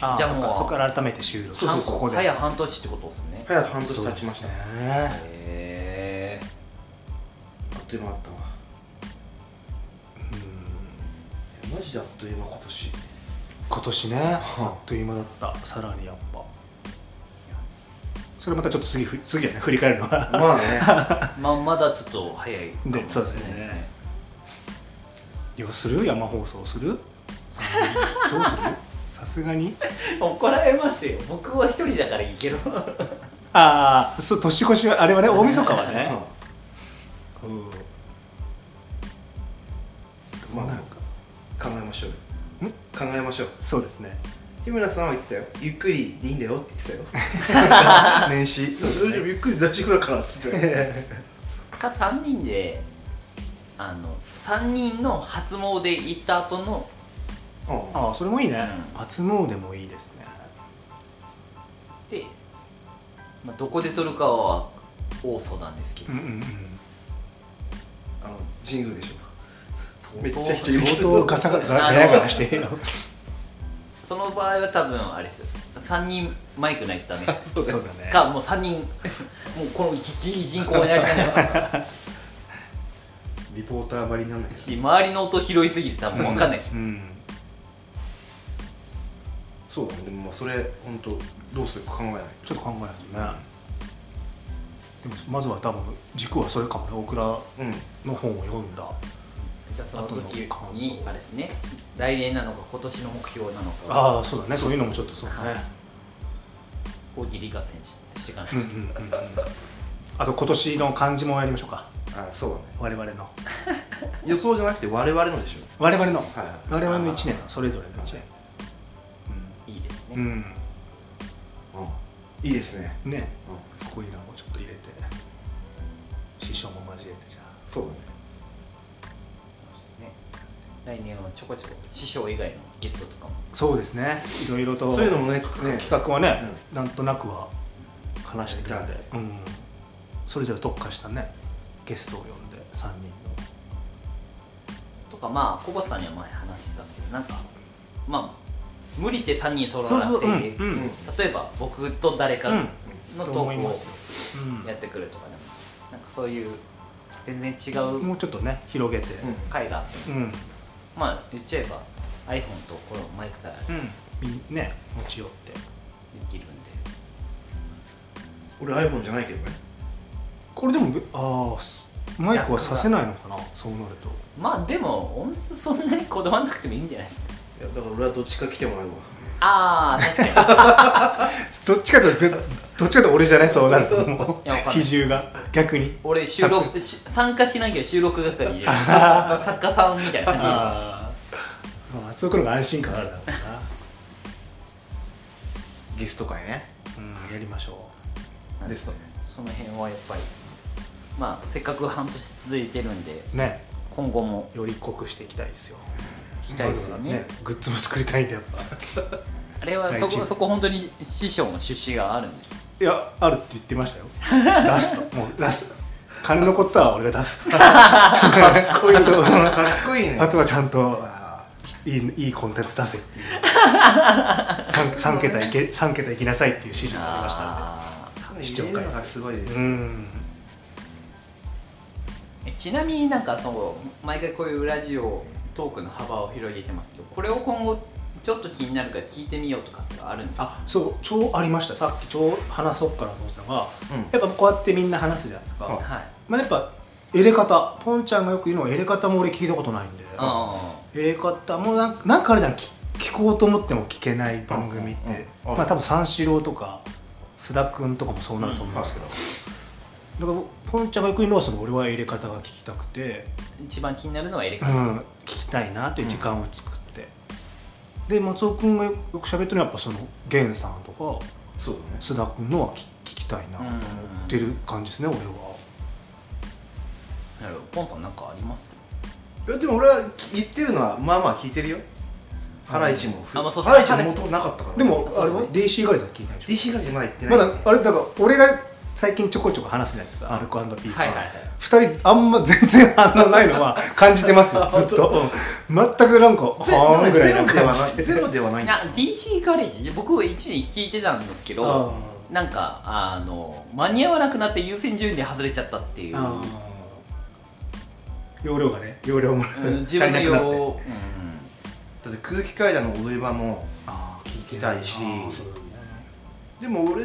Speaker 3: あ
Speaker 1: じ
Speaker 3: じ
Speaker 1: ゃあ
Speaker 3: ゃあも
Speaker 1: もう
Speaker 3: うそこから改めて収録
Speaker 2: そうそうそう
Speaker 3: ここで
Speaker 1: 早半年ってことですね
Speaker 2: 早く半年経ちました、
Speaker 3: そうですね
Speaker 1: へえ
Speaker 2: あっという間だったわいやマジであっという間今年
Speaker 3: 今年ねあっという間だったさらにやっぱそれまたちょっと次ふ次じゃない振り返るの は
Speaker 2: まあ ね
Speaker 1: まあまだちょっと早いかもしれない
Speaker 3: でそうです
Speaker 1: ですね
Speaker 3: ねよする山放送するさあどうするさすがに
Speaker 1: 怒られますよ僕は一人だからいいけど
Speaker 3: ああそう年越しはあれはね大晦日はね
Speaker 2: う
Speaker 3: うんどうなるか
Speaker 2: ん考えましょうよ
Speaker 3: ん
Speaker 2: 考えましょう
Speaker 3: そうですね
Speaker 2: 日村さんは言ってたよゆっくりでいいんだよって言ってたよ 年始そう大丈夫ゆっくり大丈夫だからって言って たよ
Speaker 1: か3人であの3人の初詣行った後の
Speaker 2: うん
Speaker 3: ああそれもいいね
Speaker 1: うん
Speaker 3: 初詣もいいですね
Speaker 1: で、まあ、どこで撮るかは大相談ですけど、
Speaker 3: うんうんうん
Speaker 2: あの神宮でしょ
Speaker 1: 相当
Speaker 2: めっちゃ人いる
Speaker 3: 相当ガサガサガヤガヤしてるよ
Speaker 1: その場合は多分あれですよ3人マイクないとダメ です
Speaker 2: そうだ
Speaker 3: そう
Speaker 2: ね
Speaker 3: だね
Speaker 1: かもう3人もうこの一人口になりたい
Speaker 2: リポーターばりなんだけど
Speaker 1: し周りの音拾いすぎて多分分かんないです、
Speaker 3: うん
Speaker 2: そうだねでもまあそれ本当どうするか考えない
Speaker 3: ちょっと考えないとねでもまずは多分軸はそれかもね大倉
Speaker 2: とうん
Speaker 3: の本を読んだ
Speaker 1: じゃあその時
Speaker 3: 後の感
Speaker 1: に
Speaker 3: 想
Speaker 1: あれですね来年なのか今年の目標なのか
Speaker 3: ああそうだねそういうのもちょっとそうだね
Speaker 1: をギリ合戦ししていかない
Speaker 3: うんうんうんうんあと今年の漢字もやりましょうか
Speaker 2: あそうだね
Speaker 3: 我々の
Speaker 2: 予想じゃなくて我々のでしょ
Speaker 3: 我々の
Speaker 2: はいはい
Speaker 3: 我々の1年のそれぞれの1年
Speaker 1: といいですね、
Speaker 3: うん、
Speaker 2: うんいいですね
Speaker 3: うん、ね
Speaker 2: うん
Speaker 3: そこいうのもちょっと入れて師匠も交えてじゃあ
Speaker 2: そうだね
Speaker 1: ね来年はちょこちょこ師匠以外のゲストとかも
Speaker 3: そうですねいろいろと
Speaker 2: そういうのもねね
Speaker 3: 企画はね、なんとなくは話してるんで
Speaker 2: やり、
Speaker 3: うん、それぞれ特化したねゲストを呼んで3人の
Speaker 1: とかまあコバさんには前話してたんですけどなんかまあ無理して3人揃わなくて
Speaker 3: うん
Speaker 1: いい
Speaker 3: うんうん
Speaker 1: 例えば僕と誰か
Speaker 3: うん
Speaker 1: の
Speaker 3: と
Speaker 1: ト
Speaker 3: 思い
Speaker 1: ーク
Speaker 3: ま
Speaker 1: を
Speaker 3: すよ、うん
Speaker 1: やってくるとかねなんかそういう全然違う
Speaker 3: もうちょっとね広げて
Speaker 2: うん
Speaker 1: 回があって
Speaker 3: うん、うん
Speaker 1: まあ言っちゃえば iPhone とこのマイクさえ
Speaker 3: みね持ち寄って
Speaker 1: できるんで
Speaker 2: 俺 iPhone じゃないけどね
Speaker 3: これでもああマイクはさせないのかなそうなると
Speaker 1: まあでも音質そんなにこだわらなくてもいいんじゃないですか
Speaker 2: いやだから俺はどっちか来てもらうわ
Speaker 1: ああ確かに
Speaker 3: どっちかというとどっちかというと俺じゃないそうなるとも
Speaker 1: いやわかんな
Speaker 3: う
Speaker 1: い
Speaker 3: 比重が逆に
Speaker 1: 俺収録し参加しなきゃ収録係で作家さんみたいな感じ
Speaker 3: ああまあそういうのが安心感あるだろうな
Speaker 2: ゲスト会ね
Speaker 3: うんやりましょ
Speaker 1: なん
Speaker 2: ですね
Speaker 1: その辺はやっぱりまあせっかく半年続いてるんで
Speaker 3: うね
Speaker 1: 今後も
Speaker 3: より濃くしていきたいですよ
Speaker 1: したいですよね,、
Speaker 3: まずはグッズも作りたいんでやっぱ
Speaker 1: あれはそ
Speaker 3: 第
Speaker 1: こ
Speaker 3: 一
Speaker 1: そこ本当に師匠の出資があるんです
Speaker 3: いやあるって言ってました よ出すともう出す金のことは俺が出す
Speaker 2: かっこいいかっこいい ね
Speaker 3: あとはちゃんと
Speaker 2: わ
Speaker 3: いいいいコンテンツ出せっていう 3, 桁いけ三桁いきなさいっていう指示がありました
Speaker 1: あー
Speaker 2: あ
Speaker 3: 視聴
Speaker 2: 入れ
Speaker 3: 回
Speaker 2: るの
Speaker 3: 数
Speaker 2: がすごいです
Speaker 3: んでうん
Speaker 1: えちなみになんかその毎回こういうラジオトークの幅を広げてますけどこれを今後ちょっと気になるから聞いてみようとかってあるんですか
Speaker 3: あそう超ありましたさっき超話そうかなと思ってたのが、
Speaker 2: うん
Speaker 3: やっぱこうやってみんな話すじゃないですか、
Speaker 2: は
Speaker 1: は
Speaker 2: い
Speaker 1: い
Speaker 3: まあ、やっぱエレ方ポンちゃんがよく言うのはエレ方も俺聞いたことないんで
Speaker 1: あ
Speaker 3: エレ方もなんかなんかあるじゃん聞聞こうと思っても聞けない番組って、
Speaker 2: うんうんうんある
Speaker 3: まあ多分三四郎とか須田君とかもそうなると思うんですけど、だからポンちゃんがよく言うのはその俺はエレ方が聞きたくて、
Speaker 1: ー一番気になるのはエレ
Speaker 3: う
Speaker 1: カタ、
Speaker 3: ん、聞きたいなという時間を作って、で松尾君がよく喋ってるのはやっぱその源さんとか
Speaker 2: そうだね
Speaker 3: 須田君のは聞聞きたいなと思ってる感じですね、俺は。
Speaker 1: なるほどポンさんなんかあります
Speaker 2: いやでも俺は言ってるのはまあまあ聞いてるよハライチも
Speaker 1: あまあそうそう
Speaker 2: ハライチも元々なかったから
Speaker 3: でも
Speaker 1: そ
Speaker 3: あ
Speaker 1: う
Speaker 3: れ
Speaker 1: ですね
Speaker 3: は DC ガールズは聞いたでしょ
Speaker 2: DC ガールじゃまだ行ってない
Speaker 3: ま
Speaker 2: よ
Speaker 3: だ
Speaker 2: ね、
Speaker 3: あれだから俺が最近ちょこちょこ話すじゃないですか、アルコピース
Speaker 1: はいはいはい
Speaker 3: 2人あんま全然反応ないのは感じてますよずっと、うん全くなんか
Speaker 2: ゼ
Speaker 3: はーんぐらい
Speaker 2: ゼロ
Speaker 3: な
Speaker 2: では
Speaker 3: 感
Speaker 2: な
Speaker 3: じ
Speaker 2: い
Speaker 3: で
Speaker 2: ゼロではないん
Speaker 1: い
Speaker 2: で
Speaker 1: や
Speaker 2: すよ
Speaker 1: DC ガレージ僕一時聞いてたんですけど
Speaker 3: あ
Speaker 1: なんかあの間に合わなくなって優先順位で外れちゃったってい
Speaker 3: ー
Speaker 1: う、
Speaker 3: あー容量がね容量も
Speaker 1: うん自
Speaker 3: 足
Speaker 1: 分
Speaker 3: り
Speaker 1: の
Speaker 3: なく
Speaker 1: 用
Speaker 3: なって
Speaker 1: を、
Speaker 2: だって空気階段の踊り場も
Speaker 3: あー聞
Speaker 2: 聞きたいし
Speaker 3: あーそうだね
Speaker 2: でも俺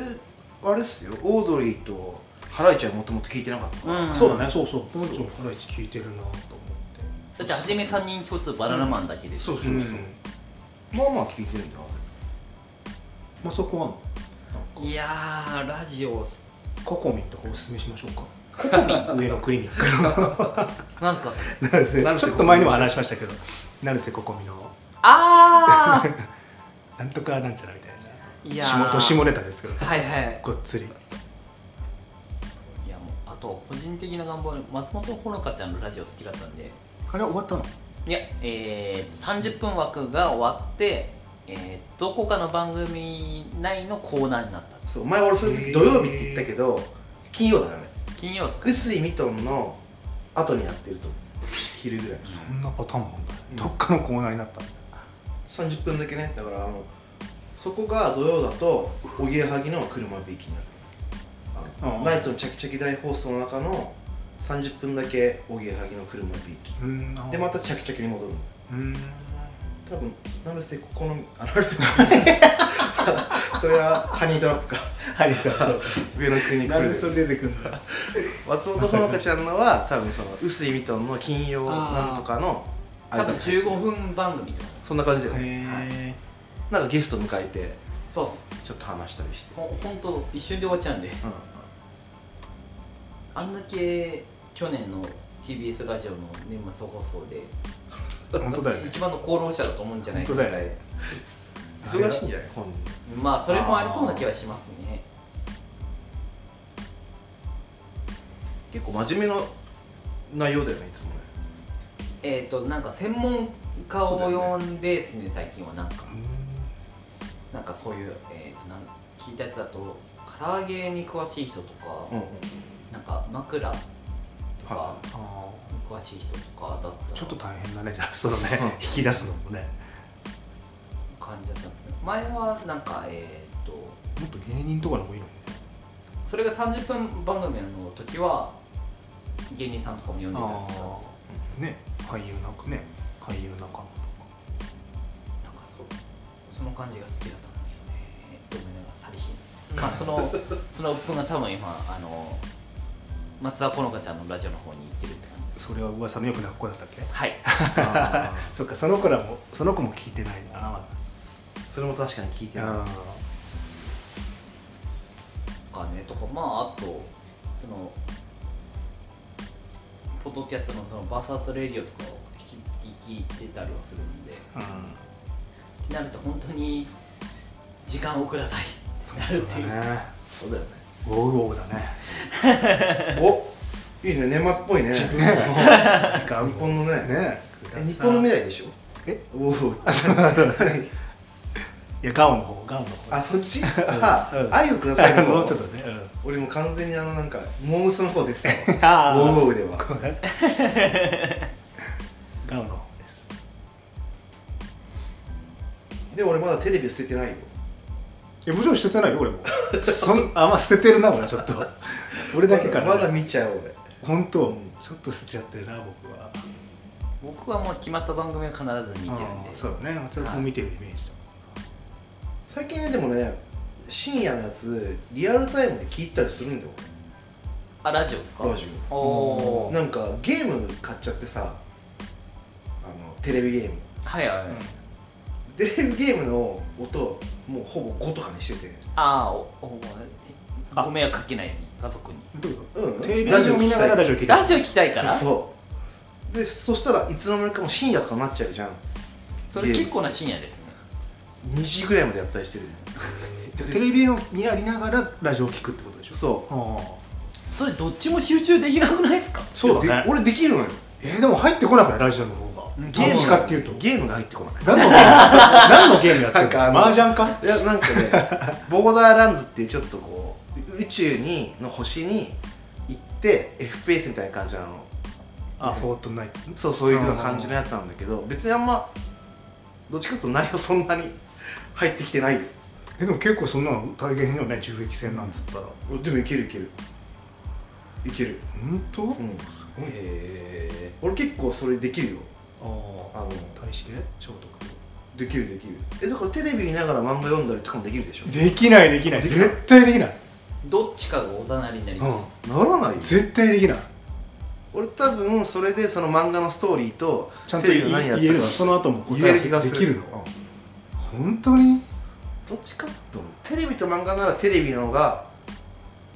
Speaker 2: あれっすよオードリーとハライチはもともと聞いてなかったから、
Speaker 1: ん
Speaker 3: そうだねそうそうポンチョンハライチ聞いてるなと思って
Speaker 1: だってはじめ3人共通バナナマンだけでしょ、
Speaker 2: そうそうそう、まあまあ聞いてるんだ
Speaker 3: まあそこは
Speaker 1: いやーラジオ
Speaker 3: ココミンとかおすすめしましょうかココミン上のクリニック
Speaker 1: なんすかそれ
Speaker 3: なるせ
Speaker 2: 成瀬
Speaker 3: ちょっと前にも話しましたけど成瀬ここみの
Speaker 1: あ
Speaker 3: なんとかなんちゃらみたいな
Speaker 1: ーいや
Speaker 3: 下
Speaker 1: ー
Speaker 3: ど下ネタですけど
Speaker 1: はいはい
Speaker 3: ごっつり
Speaker 1: いやもうあと個人的な願望松本ほのかちゃんのラジオ好きだったんで
Speaker 3: あれは終わったの
Speaker 1: いや、えー、30分枠が終わって、えーどこかの番組内のコーナーになったんです
Speaker 2: そう前俺それ
Speaker 3: へー
Speaker 2: 土曜日って言ったけど金曜だよね
Speaker 1: 金曜ですか
Speaker 2: 臼井ミトンの後にやってると思う昼ぐらい
Speaker 3: そんなパターンもあんだねどっかのコーナーになったんだ
Speaker 2: 30分だけねだからあのそこが土曜だとおぎやはぎの車びいきになるあの
Speaker 3: ああ
Speaker 2: ナイツのチャキチャキ大放送の中の30分だけおぎやはぎの車びいき
Speaker 3: うんあ
Speaker 2: でまたチャキチャキに戻るの
Speaker 3: うん
Speaker 2: 多分成瀬ここのあ成瀬ここのそれはハニードラップか
Speaker 3: ハリーだそうそ
Speaker 2: 上野国に来
Speaker 3: なんで
Speaker 2: る
Speaker 3: それ出てくんだ
Speaker 2: 松本穂香ちゃんのは多分その臼井ミトンの金曜なんとかの
Speaker 1: 多分
Speaker 2: 間
Speaker 1: 15分番組とか
Speaker 2: そんな感じで、
Speaker 3: へ
Speaker 2: なんかゲスト迎えて
Speaker 1: そうっす
Speaker 2: ちょっと話したりして、
Speaker 1: ほほんと一瞬で終わっちゃうんで
Speaker 2: うん
Speaker 1: あんだけ去年の TBS ラジオの年末放送で
Speaker 3: え本当だよね
Speaker 1: 一番の功労者だと思うんじゃないか
Speaker 3: 本当だよね
Speaker 2: 忙しいんじゃない本人
Speaker 1: まあそれもありそうな気はしますね
Speaker 2: 結構真面目な内容だよねいつもね
Speaker 1: えっ、となんか専門家を呼んでですね最近はなんかなんかそういう、えー、となん聞いたやつだと唐揚げに詳しい人とか、
Speaker 2: うん
Speaker 1: なんか枕とか
Speaker 2: は
Speaker 3: あ
Speaker 1: に詳しい人とかだった
Speaker 3: ー
Speaker 1: ら
Speaker 3: ちょっと大変だねじゃあそのね
Speaker 2: うん
Speaker 3: 引き出すのもね
Speaker 1: 感じだったんですけど前はなんかえっ、と
Speaker 3: もっと芸人とかの方がいいのにね
Speaker 1: それが30分番組の時は芸人さんとかも呼んでたりしたんですよ
Speaker 3: ね俳優なんかね俳優仲間とか
Speaker 1: なんかそうその感じが好きだったんですけどねって思いながら寂しい、まあそのその鬱憤が多分今あの松田好花ちゃんのラジオの方に行ってるって感じです
Speaker 3: それは噂のよくなく子だったっけ
Speaker 1: はい
Speaker 2: あ
Speaker 3: そっかその子らもその子も聞いてないなま
Speaker 2: ーそれも確かに聞いて
Speaker 3: だ
Speaker 2: な
Speaker 1: とかねとかまああとそのポッドキャストのそのバーサスレディオとかを引き続き聞いてたりはするんで
Speaker 3: うん
Speaker 1: ってなると本当に時間をくださいってなるっていう
Speaker 3: だね
Speaker 2: いそうだよね
Speaker 3: ウォウウォウだね
Speaker 2: おいいね年末っぽいね日
Speaker 3: 時間も
Speaker 2: 本のね
Speaker 3: ね
Speaker 2: え日本の未来でしょ
Speaker 3: え
Speaker 2: おお
Speaker 3: あそうなんだいやガオの方ガオの方
Speaker 2: あそっちあ
Speaker 3: うん
Speaker 2: 愛をくださいの方
Speaker 3: もうちょっとねうん
Speaker 2: 俺も完全にあのなんかモームスの方ですよ
Speaker 3: あー
Speaker 2: おおでは
Speaker 3: ごめんガオの方です
Speaker 2: でも俺まだテレビ捨ててないよ
Speaker 3: いやもちろん捨ててないよ俺も そんあんま捨ててるな俺 ちょっと俺だけか
Speaker 2: まだ
Speaker 3: ら
Speaker 2: 見ちゃう俺
Speaker 3: 本当ちょっと捨てちゃってるな僕は
Speaker 1: 僕はもう決まった番組は必ず見てるん
Speaker 3: あー
Speaker 1: で
Speaker 3: そうだね松田君見てるイメージだ
Speaker 2: 最近ねでもね深夜のやつリアルタイムで聞いたりするんだよ
Speaker 1: あラジオですか
Speaker 2: ラジ
Speaker 1: オおお
Speaker 2: なんかゲーム買っちゃってさあのテレビゲーム
Speaker 1: はいはい、はい
Speaker 3: うん
Speaker 2: テレビゲームの音をもうほぼ5とかにしてて
Speaker 1: あーおおあご迷惑かけないように家族に
Speaker 3: どういうこ
Speaker 2: うん
Speaker 3: とテレビを見ながらラジオ聞いてる
Speaker 1: ラジオ聞きたいから
Speaker 2: そうでそしたらいつの間にかもう深夜とかなっちゃうじゃん
Speaker 1: それ結構な深夜ですね
Speaker 2: 2時ぐらいまでやったりしてる
Speaker 3: テレビを見やりながらラジオを聞くってことでしょ
Speaker 2: そう
Speaker 3: あ
Speaker 1: それどっちも集中できなくないですか
Speaker 3: そうだね
Speaker 2: でで俺できるのよ
Speaker 3: ーえーでも入ってこなくないラジオの方
Speaker 1: うん
Speaker 3: が
Speaker 1: ゲーム
Speaker 3: どっちかっていうと
Speaker 2: ゲームが入ってこない
Speaker 3: 何のゲーム何のゲームやって
Speaker 2: なんかあ
Speaker 3: る
Speaker 2: の
Speaker 3: の麻雀か
Speaker 2: いやなん かねボーダーランズっていうちょっとこう宇宙にの星に行って FPS みたいな感じなの
Speaker 3: あフォートナイト
Speaker 2: そうそういうような感じのやつなんだけど別にあんまどっちかというと内容そんなに 入ってきてないよ
Speaker 3: えでも結構そんなの大変よね銃撃戦なんつったら
Speaker 2: でもいけるいけるいける
Speaker 3: 本当
Speaker 2: うん
Speaker 1: へ
Speaker 2: 俺結構それできるよ
Speaker 3: あ
Speaker 2: あの
Speaker 3: あ大して聖徳
Speaker 2: できるできるえだからテレビ見ながら漫画読んだりとかもできるでしょ
Speaker 3: できないできない
Speaker 2: できない
Speaker 3: 絶対できない
Speaker 1: どっちかがおざなりになり
Speaker 3: う
Speaker 1: ます、
Speaker 3: ん
Speaker 2: ならないよ
Speaker 3: 絶対できない
Speaker 2: 俺多分それでその漫画のストーリーと
Speaker 3: ちゃんと
Speaker 2: テレ
Speaker 3: 言
Speaker 2: ビの何やっ
Speaker 3: え
Speaker 2: て
Speaker 3: る
Speaker 2: る
Speaker 3: の
Speaker 2: か
Speaker 3: その後も答
Speaker 2: 言え
Speaker 3: え
Speaker 2: る気が
Speaker 3: です
Speaker 2: る
Speaker 3: きるの
Speaker 2: うん
Speaker 3: 本当に
Speaker 2: どっちかと思うテレビと漫画ならテレビの方が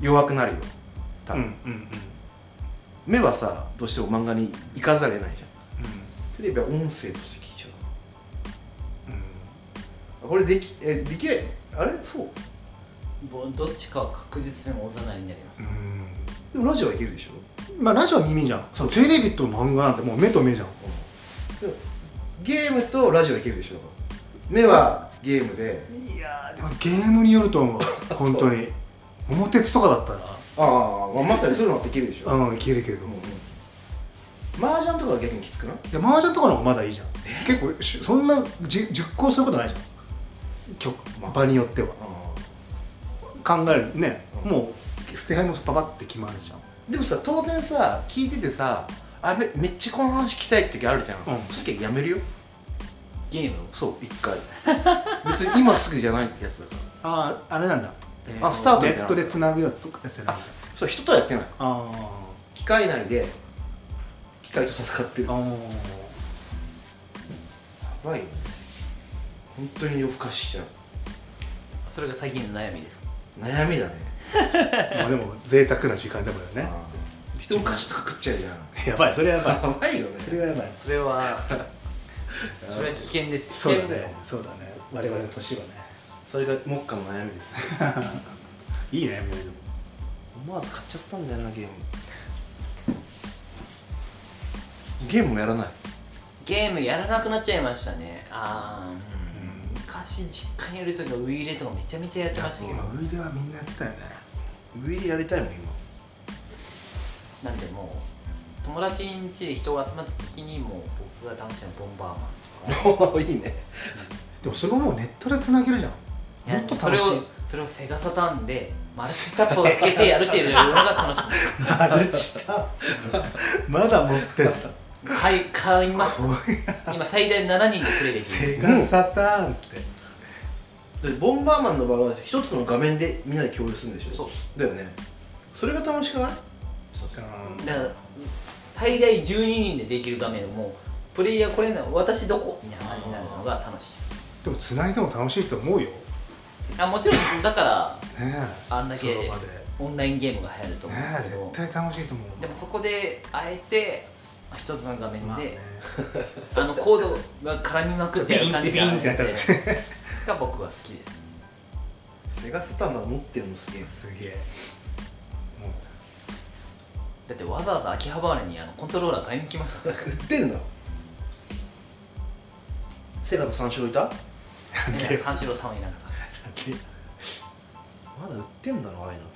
Speaker 2: 弱くなるよ多分、
Speaker 3: うんうん
Speaker 2: 目はさどうしても漫画に行かざるを得ないじゃ
Speaker 3: うん
Speaker 2: テレビは音声として聞いちゃう
Speaker 3: うん
Speaker 2: これできえできないあれそう
Speaker 1: ぼどっちかは確実におざなりになります
Speaker 3: う
Speaker 2: でもラジオはいけるでしょ
Speaker 3: んまあラジオは耳じゃん
Speaker 2: そう
Speaker 3: テレビと漫画なんてもう目と目じゃん
Speaker 2: でもゲームとラジオはいけるでしょ目はゲームで
Speaker 3: いやーでもゲームによると思 う本当に桃鉄とかだったら
Speaker 2: ああ、まあ、まさにそういうのはできるでしょ、
Speaker 3: うんいけるけど
Speaker 2: マージャンとかは逆にきつくない
Speaker 3: いや麻雀とかの方がまだいいじゃん結構しそんなじ熟考することないじゃん曲
Speaker 2: まあ
Speaker 3: 場によっては
Speaker 2: あ
Speaker 3: 考えるね、
Speaker 2: うん
Speaker 3: もう捨て牌もパパって決まるじゃん
Speaker 2: でもさ当然さ聞いててさあめめっちゃこの話聞きたい時あるじゃん、
Speaker 3: うん
Speaker 2: すげえやめるよ
Speaker 1: ゲームを
Speaker 2: そう一回別に今すぐじゃないやつだか
Speaker 3: あああれなんだ、 え
Speaker 2: あスタートみ
Speaker 3: ネ
Speaker 2: たいな
Speaker 3: ットでつなぐよとかやつやな
Speaker 2: らあそう人とはやってない
Speaker 3: あ
Speaker 2: 機械内で機械と戦ってる
Speaker 3: ー
Speaker 2: や
Speaker 3: あー
Speaker 2: ばいよね本当に夜更かししちゃう
Speaker 1: それが最近の悩みです
Speaker 2: 悩みだね
Speaker 3: まあでも贅沢な時間だもんね
Speaker 2: あー一お菓子とか食っちゃうじゃん
Speaker 3: やばいそれはやばい
Speaker 2: やばいよね
Speaker 3: それはやばい
Speaker 1: それは それは危険ですよ
Speaker 3: そうだ
Speaker 2: 危険だ
Speaker 3: ね
Speaker 2: よ
Speaker 3: そうだね我々の年はね
Speaker 2: それが目下の悩みですね
Speaker 3: いいねもうでも
Speaker 2: 思わず買っちゃったんだよなゲームゲームもやらない
Speaker 1: ゲームやらなくなっちゃいましたねああ、昔実家にいる時はウイイレとかめちゃめちゃやってましたけど、
Speaker 3: 今ウイではみんなやってたよね
Speaker 2: 上でやりたいもん今
Speaker 1: なんでもう友達ん家で人が集まった時にもう僕が試したのボンバーマンとか
Speaker 2: いいね
Speaker 3: でもそれももうネットでつなげるじゃん
Speaker 1: いや
Speaker 3: もっと
Speaker 1: それ
Speaker 3: 楽
Speaker 1: を
Speaker 3: しい
Speaker 1: それをセガサターンでマルチタップをつけてやるっていうのが楽しいんです
Speaker 3: マルチタップまだ持ってた
Speaker 1: 買い買いました今最大7人でプレイできる
Speaker 3: セガサターンって、
Speaker 2: でボンバーマンの場合は一つの画面でみんなで共有するんでしょ
Speaker 1: そう
Speaker 2: だよねそれが楽しくない
Speaker 3: うん
Speaker 1: だから最大12人でできる画面をもうプレイヤーこれな私どこみたいな感じになるのが楽しいです
Speaker 3: でも繋いでも楽しいと思うよね
Speaker 1: あもちろんだから
Speaker 3: え
Speaker 1: あんだ
Speaker 3: そ
Speaker 1: け
Speaker 3: の場で
Speaker 1: オンラインゲームが流行ると思うんで
Speaker 3: ね
Speaker 1: す
Speaker 3: え
Speaker 1: けど
Speaker 3: 絶対楽しいと思う
Speaker 1: でもそこであえて一つの画面
Speaker 3: まあ
Speaker 1: で
Speaker 3: ね
Speaker 1: あのコードが絡みまくってやる感じがあるの
Speaker 3: ビンってビン
Speaker 1: で
Speaker 3: って
Speaker 1: が僕は好きです
Speaker 2: セガサターンまで持ってるのすげえ
Speaker 3: すげえもう
Speaker 1: だってわざわざ秋葉原にあのコントローラー買いに来ましたから
Speaker 2: 売ってんだセガと三四郎いた
Speaker 1: ね三四郎さんはいなかった
Speaker 2: まだ売ってんだなああいうの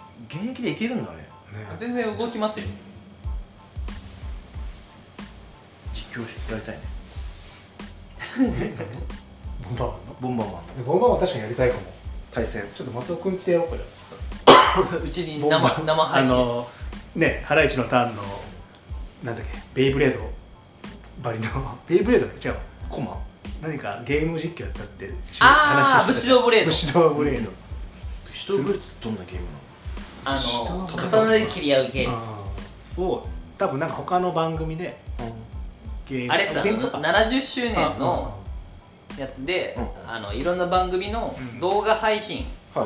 Speaker 2: 現役でいけるんだね
Speaker 3: ね
Speaker 1: 全然動きますよ
Speaker 2: 実況してやりたいね
Speaker 3: ボンバーマンの
Speaker 2: ボンバーマンの
Speaker 3: ボンバーマン確かにやりたいかも
Speaker 2: 対戦
Speaker 3: ちょっと松尾くんちでやろうかじゃ
Speaker 1: うちに
Speaker 3: ボンバ
Speaker 1: 生
Speaker 3: ー
Speaker 1: 生配信
Speaker 3: あ
Speaker 1: で
Speaker 3: のねハライチのターンのなんだっけベイブレードバリの ベイブレードだっけ違うわ
Speaker 2: コマ
Speaker 3: 何かゲーム実況やったって
Speaker 1: あー武士道ブレード
Speaker 3: 武士道ブレード
Speaker 2: 武士道ブレードってどんなゲームなの
Speaker 1: すあの
Speaker 3: 下
Speaker 1: 刀で切り合う系です
Speaker 3: を多分なんか他の番組で、ゲーム
Speaker 1: あれさ
Speaker 3: イベントか
Speaker 1: 70周年のやつで
Speaker 2: うん
Speaker 1: あのいろんな番組の
Speaker 3: うん
Speaker 1: 動画配信
Speaker 2: は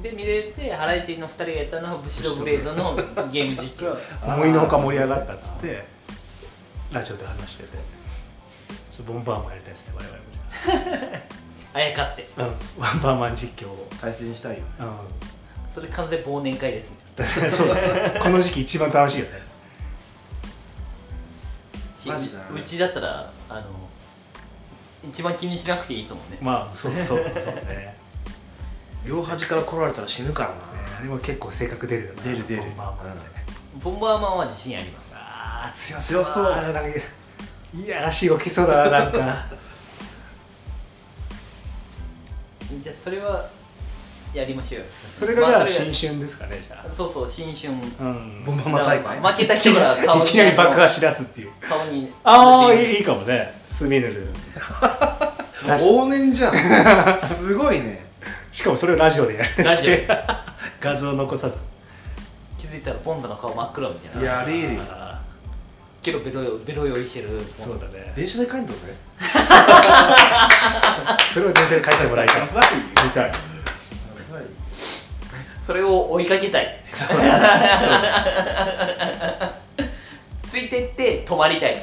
Speaker 2: い
Speaker 1: で見れてハライチの2人がやったのは「ブシロブレード」のゲーム実 況
Speaker 3: うん思いのほか盛り上がったっつってラジオで話しててちょっとボンバーマンやりたいですね我々もじ
Speaker 1: あやかって
Speaker 3: ゃあ、うん、ワンバーマン実況を、
Speaker 2: 対戦したいよね
Speaker 3: う
Speaker 1: それ完全忘年会ですね
Speaker 3: ん、 そうだこの時期一番楽しいよね
Speaker 1: し
Speaker 2: マジだね
Speaker 1: うちだったらあの一番気にしなくていいですもんね
Speaker 3: まあそうそうそうね
Speaker 2: 両端から来られたら死ぬからな
Speaker 3: あれも結構性格出るよね
Speaker 2: 出る出る
Speaker 3: ボンバーマンって
Speaker 1: ボンバーマンは自信あります
Speaker 3: あー強
Speaker 2: 強そう
Speaker 3: あーなんかいやらしい動きそうだななんか
Speaker 1: じゃあそれはやりましょうよ
Speaker 3: それがじゃ
Speaker 1: ま
Speaker 3: あ
Speaker 1: そ
Speaker 3: 新
Speaker 1: れ
Speaker 3: 春ですかねじゃ
Speaker 1: そうそう新春
Speaker 3: あうん
Speaker 2: ボンバーマン大会
Speaker 1: 負けた人が顔
Speaker 3: い
Speaker 1: に
Speaker 3: きなり爆破しだすっていう
Speaker 1: 顔に
Speaker 3: ああ
Speaker 1: 当て
Speaker 3: いいいいかもねスミヌルラジオ
Speaker 2: 往年じゃ んすごいね
Speaker 3: しかもそれをラジオでやる
Speaker 1: ラ ジオ
Speaker 3: 画像残さず
Speaker 1: 気づいたらボンドの顔真っ黒みたい
Speaker 2: い
Speaker 1: な
Speaker 2: やれるよ
Speaker 3: あ
Speaker 1: けどベロよベロ酔いしてるボン
Speaker 3: ーそうだね
Speaker 2: 電車で帰んだぜ
Speaker 3: それを電車で書いてもらいたい
Speaker 2: や
Speaker 3: 見
Speaker 2: ばいよ
Speaker 3: たい
Speaker 2: やばいよ
Speaker 1: それを追いかけたい ついてって止まりたい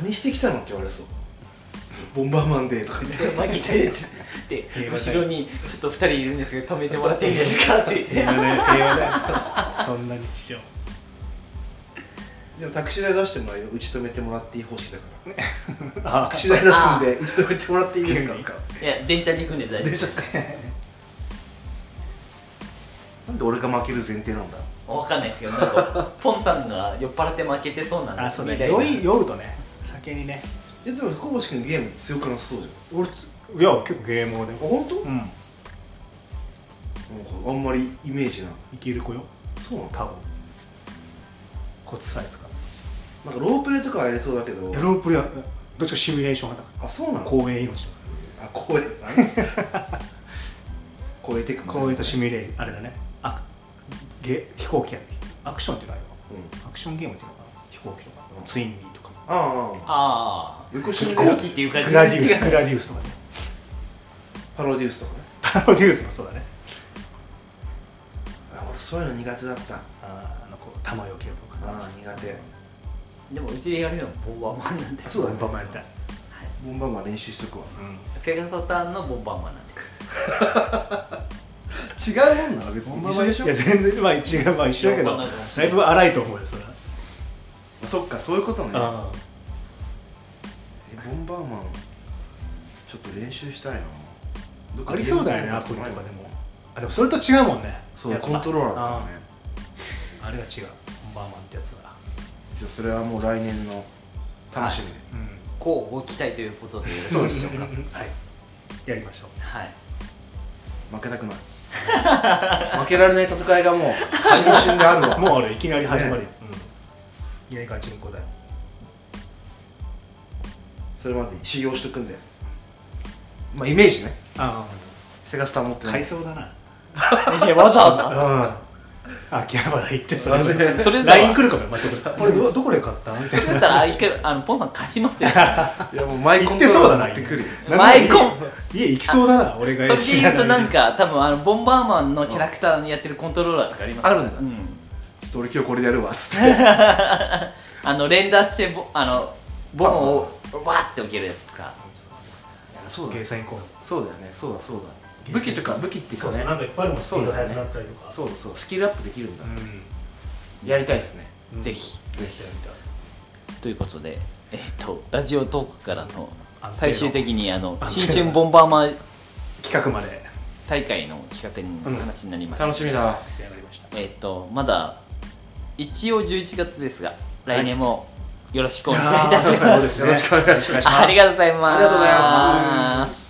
Speaker 2: 何してきたのって言われそうボンバーマンデーとか言って
Speaker 1: 負けてって
Speaker 3: 平和だ
Speaker 1: 後
Speaker 3: よ
Speaker 1: ろにちょっと2人いるんですけど止めてもらっていいですかって言って
Speaker 3: 平和だよ平和だよそんな日常
Speaker 2: でもタクシー代出してもらうよ打ち止めてもらっていい方式だから
Speaker 3: あ
Speaker 2: タクシー代出すんで打ち止めてもらっていいですか
Speaker 3: 急に
Speaker 2: とか
Speaker 1: いや電車に行くんで大丈夫
Speaker 2: 電車で なんで俺が負ける前提なんだ
Speaker 1: 分かんないですけどなんかポンさんが酔っ払って負けてそうなんで
Speaker 3: あそうね
Speaker 1: みたいな
Speaker 3: 酔い酔うとね酒にね
Speaker 2: えでも小星君ゲーム強くなさそうじゃん
Speaker 3: 俺ついや結構ゲームをね
Speaker 2: あ本当、
Speaker 3: う
Speaker 2: なんんかあんまりイメージな
Speaker 3: い
Speaker 2: い
Speaker 3: ける子よ
Speaker 2: そうなんだ
Speaker 3: 多分コツさえ使う
Speaker 2: なんかロープレーとかはやれそうだけど
Speaker 3: エロープレイヤーどっちかシミュレーション派だか
Speaker 2: あそうな
Speaker 3: ら
Speaker 2: の
Speaker 3: 公園命とか
Speaker 2: あ公園あれ 超えてくもんね
Speaker 3: 公園とシミュレーあれだねあゲ飛行機やるアクションっていうのある
Speaker 2: うん
Speaker 3: のアクションゲームっていうのかな飛行機とか、
Speaker 2: うん
Speaker 3: ツインビーとか
Speaker 2: ああああ
Speaker 1: あ
Speaker 2: よく
Speaker 1: あ
Speaker 2: 知
Speaker 1: 飛
Speaker 2: らない
Speaker 1: 行機っていう感じ
Speaker 3: グラディウ
Speaker 1: 違
Speaker 3: ス
Speaker 1: う
Speaker 3: グラディウスとかね
Speaker 2: パロデュースとかね
Speaker 3: パロデュースもそうだね
Speaker 2: あ俺そういうの苦手だった
Speaker 3: あーあのこう玉よけとか
Speaker 2: あー苦手
Speaker 1: でもうちでやるのはボンバーマンなんで
Speaker 2: あそうだね
Speaker 3: バンバンやりたい、
Speaker 2: ボンバーマン練習しとくわ
Speaker 1: セガサターンのボンバーマンなんで
Speaker 2: 違うもんなの別
Speaker 3: ボ
Speaker 2: に
Speaker 3: ンバー
Speaker 2: 一
Speaker 3: マ
Speaker 2: 緒
Speaker 3: ン
Speaker 2: でしょ
Speaker 3: いや全然まあ一応まあ一緒だけ
Speaker 1: ボ
Speaker 3: ど
Speaker 1: ンバーマンの話
Speaker 3: だいぶ荒いと思うよそれは、
Speaker 2: そっかそういうことね
Speaker 3: あ
Speaker 2: えボンバーマンちょっと練習したいなどっ
Speaker 3: ー
Speaker 2: か
Speaker 3: ありそうだよねアプリとかでもあでもそれと違うもんね
Speaker 2: そう
Speaker 3: やっぱ
Speaker 2: コントローラーだからね
Speaker 3: あーあれが違うボンバーマンってやつが
Speaker 2: じゃあそれはもう来年の楽しみで、
Speaker 3: うん
Speaker 1: こうご期待ということでよろしい
Speaker 2: そう
Speaker 1: で
Speaker 2: で
Speaker 1: し
Speaker 2: す
Speaker 1: ょうか
Speaker 3: はいやりましょう
Speaker 1: はい
Speaker 2: 負けたくない 負けられない戦いがもう半瞬であるわ
Speaker 3: もうあれいきなり始まり、うん、いきなりガチンコだよ
Speaker 2: それまで修行しとくんでまあイメージね
Speaker 3: あ
Speaker 2: セガスター持って
Speaker 3: あ
Speaker 2: ない
Speaker 3: 改装だな
Speaker 1: えわざわざ
Speaker 3: うん秋葉原行ってそれ
Speaker 2: それ
Speaker 1: それさ
Speaker 3: LINE 来るかもよ、まあ、ちょっとこれどどこで買った
Speaker 1: それだったら一回あのポンさん貸します よ
Speaker 2: いやもうマイコ
Speaker 3: 行
Speaker 2: ン
Speaker 3: っ
Speaker 2: ト
Speaker 3: て
Speaker 2: ロ
Speaker 3: そう
Speaker 2: ー
Speaker 3: だ
Speaker 2: ラ
Speaker 3: な
Speaker 2: ー持ってくるよ
Speaker 1: 今マイコン
Speaker 3: 家行きそうだな俺
Speaker 1: そ
Speaker 3: が
Speaker 1: れで言うとなん
Speaker 3: か
Speaker 1: か多分あのボンバーマンのキャラクターにやってるコントローラーとかあります
Speaker 2: あるんだ
Speaker 1: うん
Speaker 2: ちょっと俺今日これでやるわっつって
Speaker 1: あの連打してボあのボンをわーって置けるやつとか
Speaker 2: そうだ
Speaker 3: 計算行こう
Speaker 2: そうだよねそうだそうだ武器とか武器っていうかね
Speaker 3: かいっぱいあるもん
Speaker 2: そうだよ
Speaker 3: スピー
Speaker 2: ね
Speaker 3: ド速くたりと
Speaker 2: そうそうスキルアップできるんだ、
Speaker 3: う
Speaker 2: やりたいですね
Speaker 3: ん
Speaker 1: ぜひ
Speaker 2: ぜ
Speaker 3: や
Speaker 2: ひ
Speaker 3: りたい
Speaker 1: ということで、えっとラジオトークからの
Speaker 3: 安定の
Speaker 1: 最終的にあの
Speaker 3: 安定
Speaker 1: 新
Speaker 3: の
Speaker 1: 春ボンバーマン
Speaker 3: 企画まで
Speaker 1: 大会の企画の話になりました、
Speaker 2: 楽しみだわ
Speaker 3: やりました
Speaker 1: えっとまだ一応11月ですが来年もよろしくお願いいたします、
Speaker 3: そうですね
Speaker 2: よろしくお願いします
Speaker 1: ありがとうございます
Speaker 2: ありがとうございます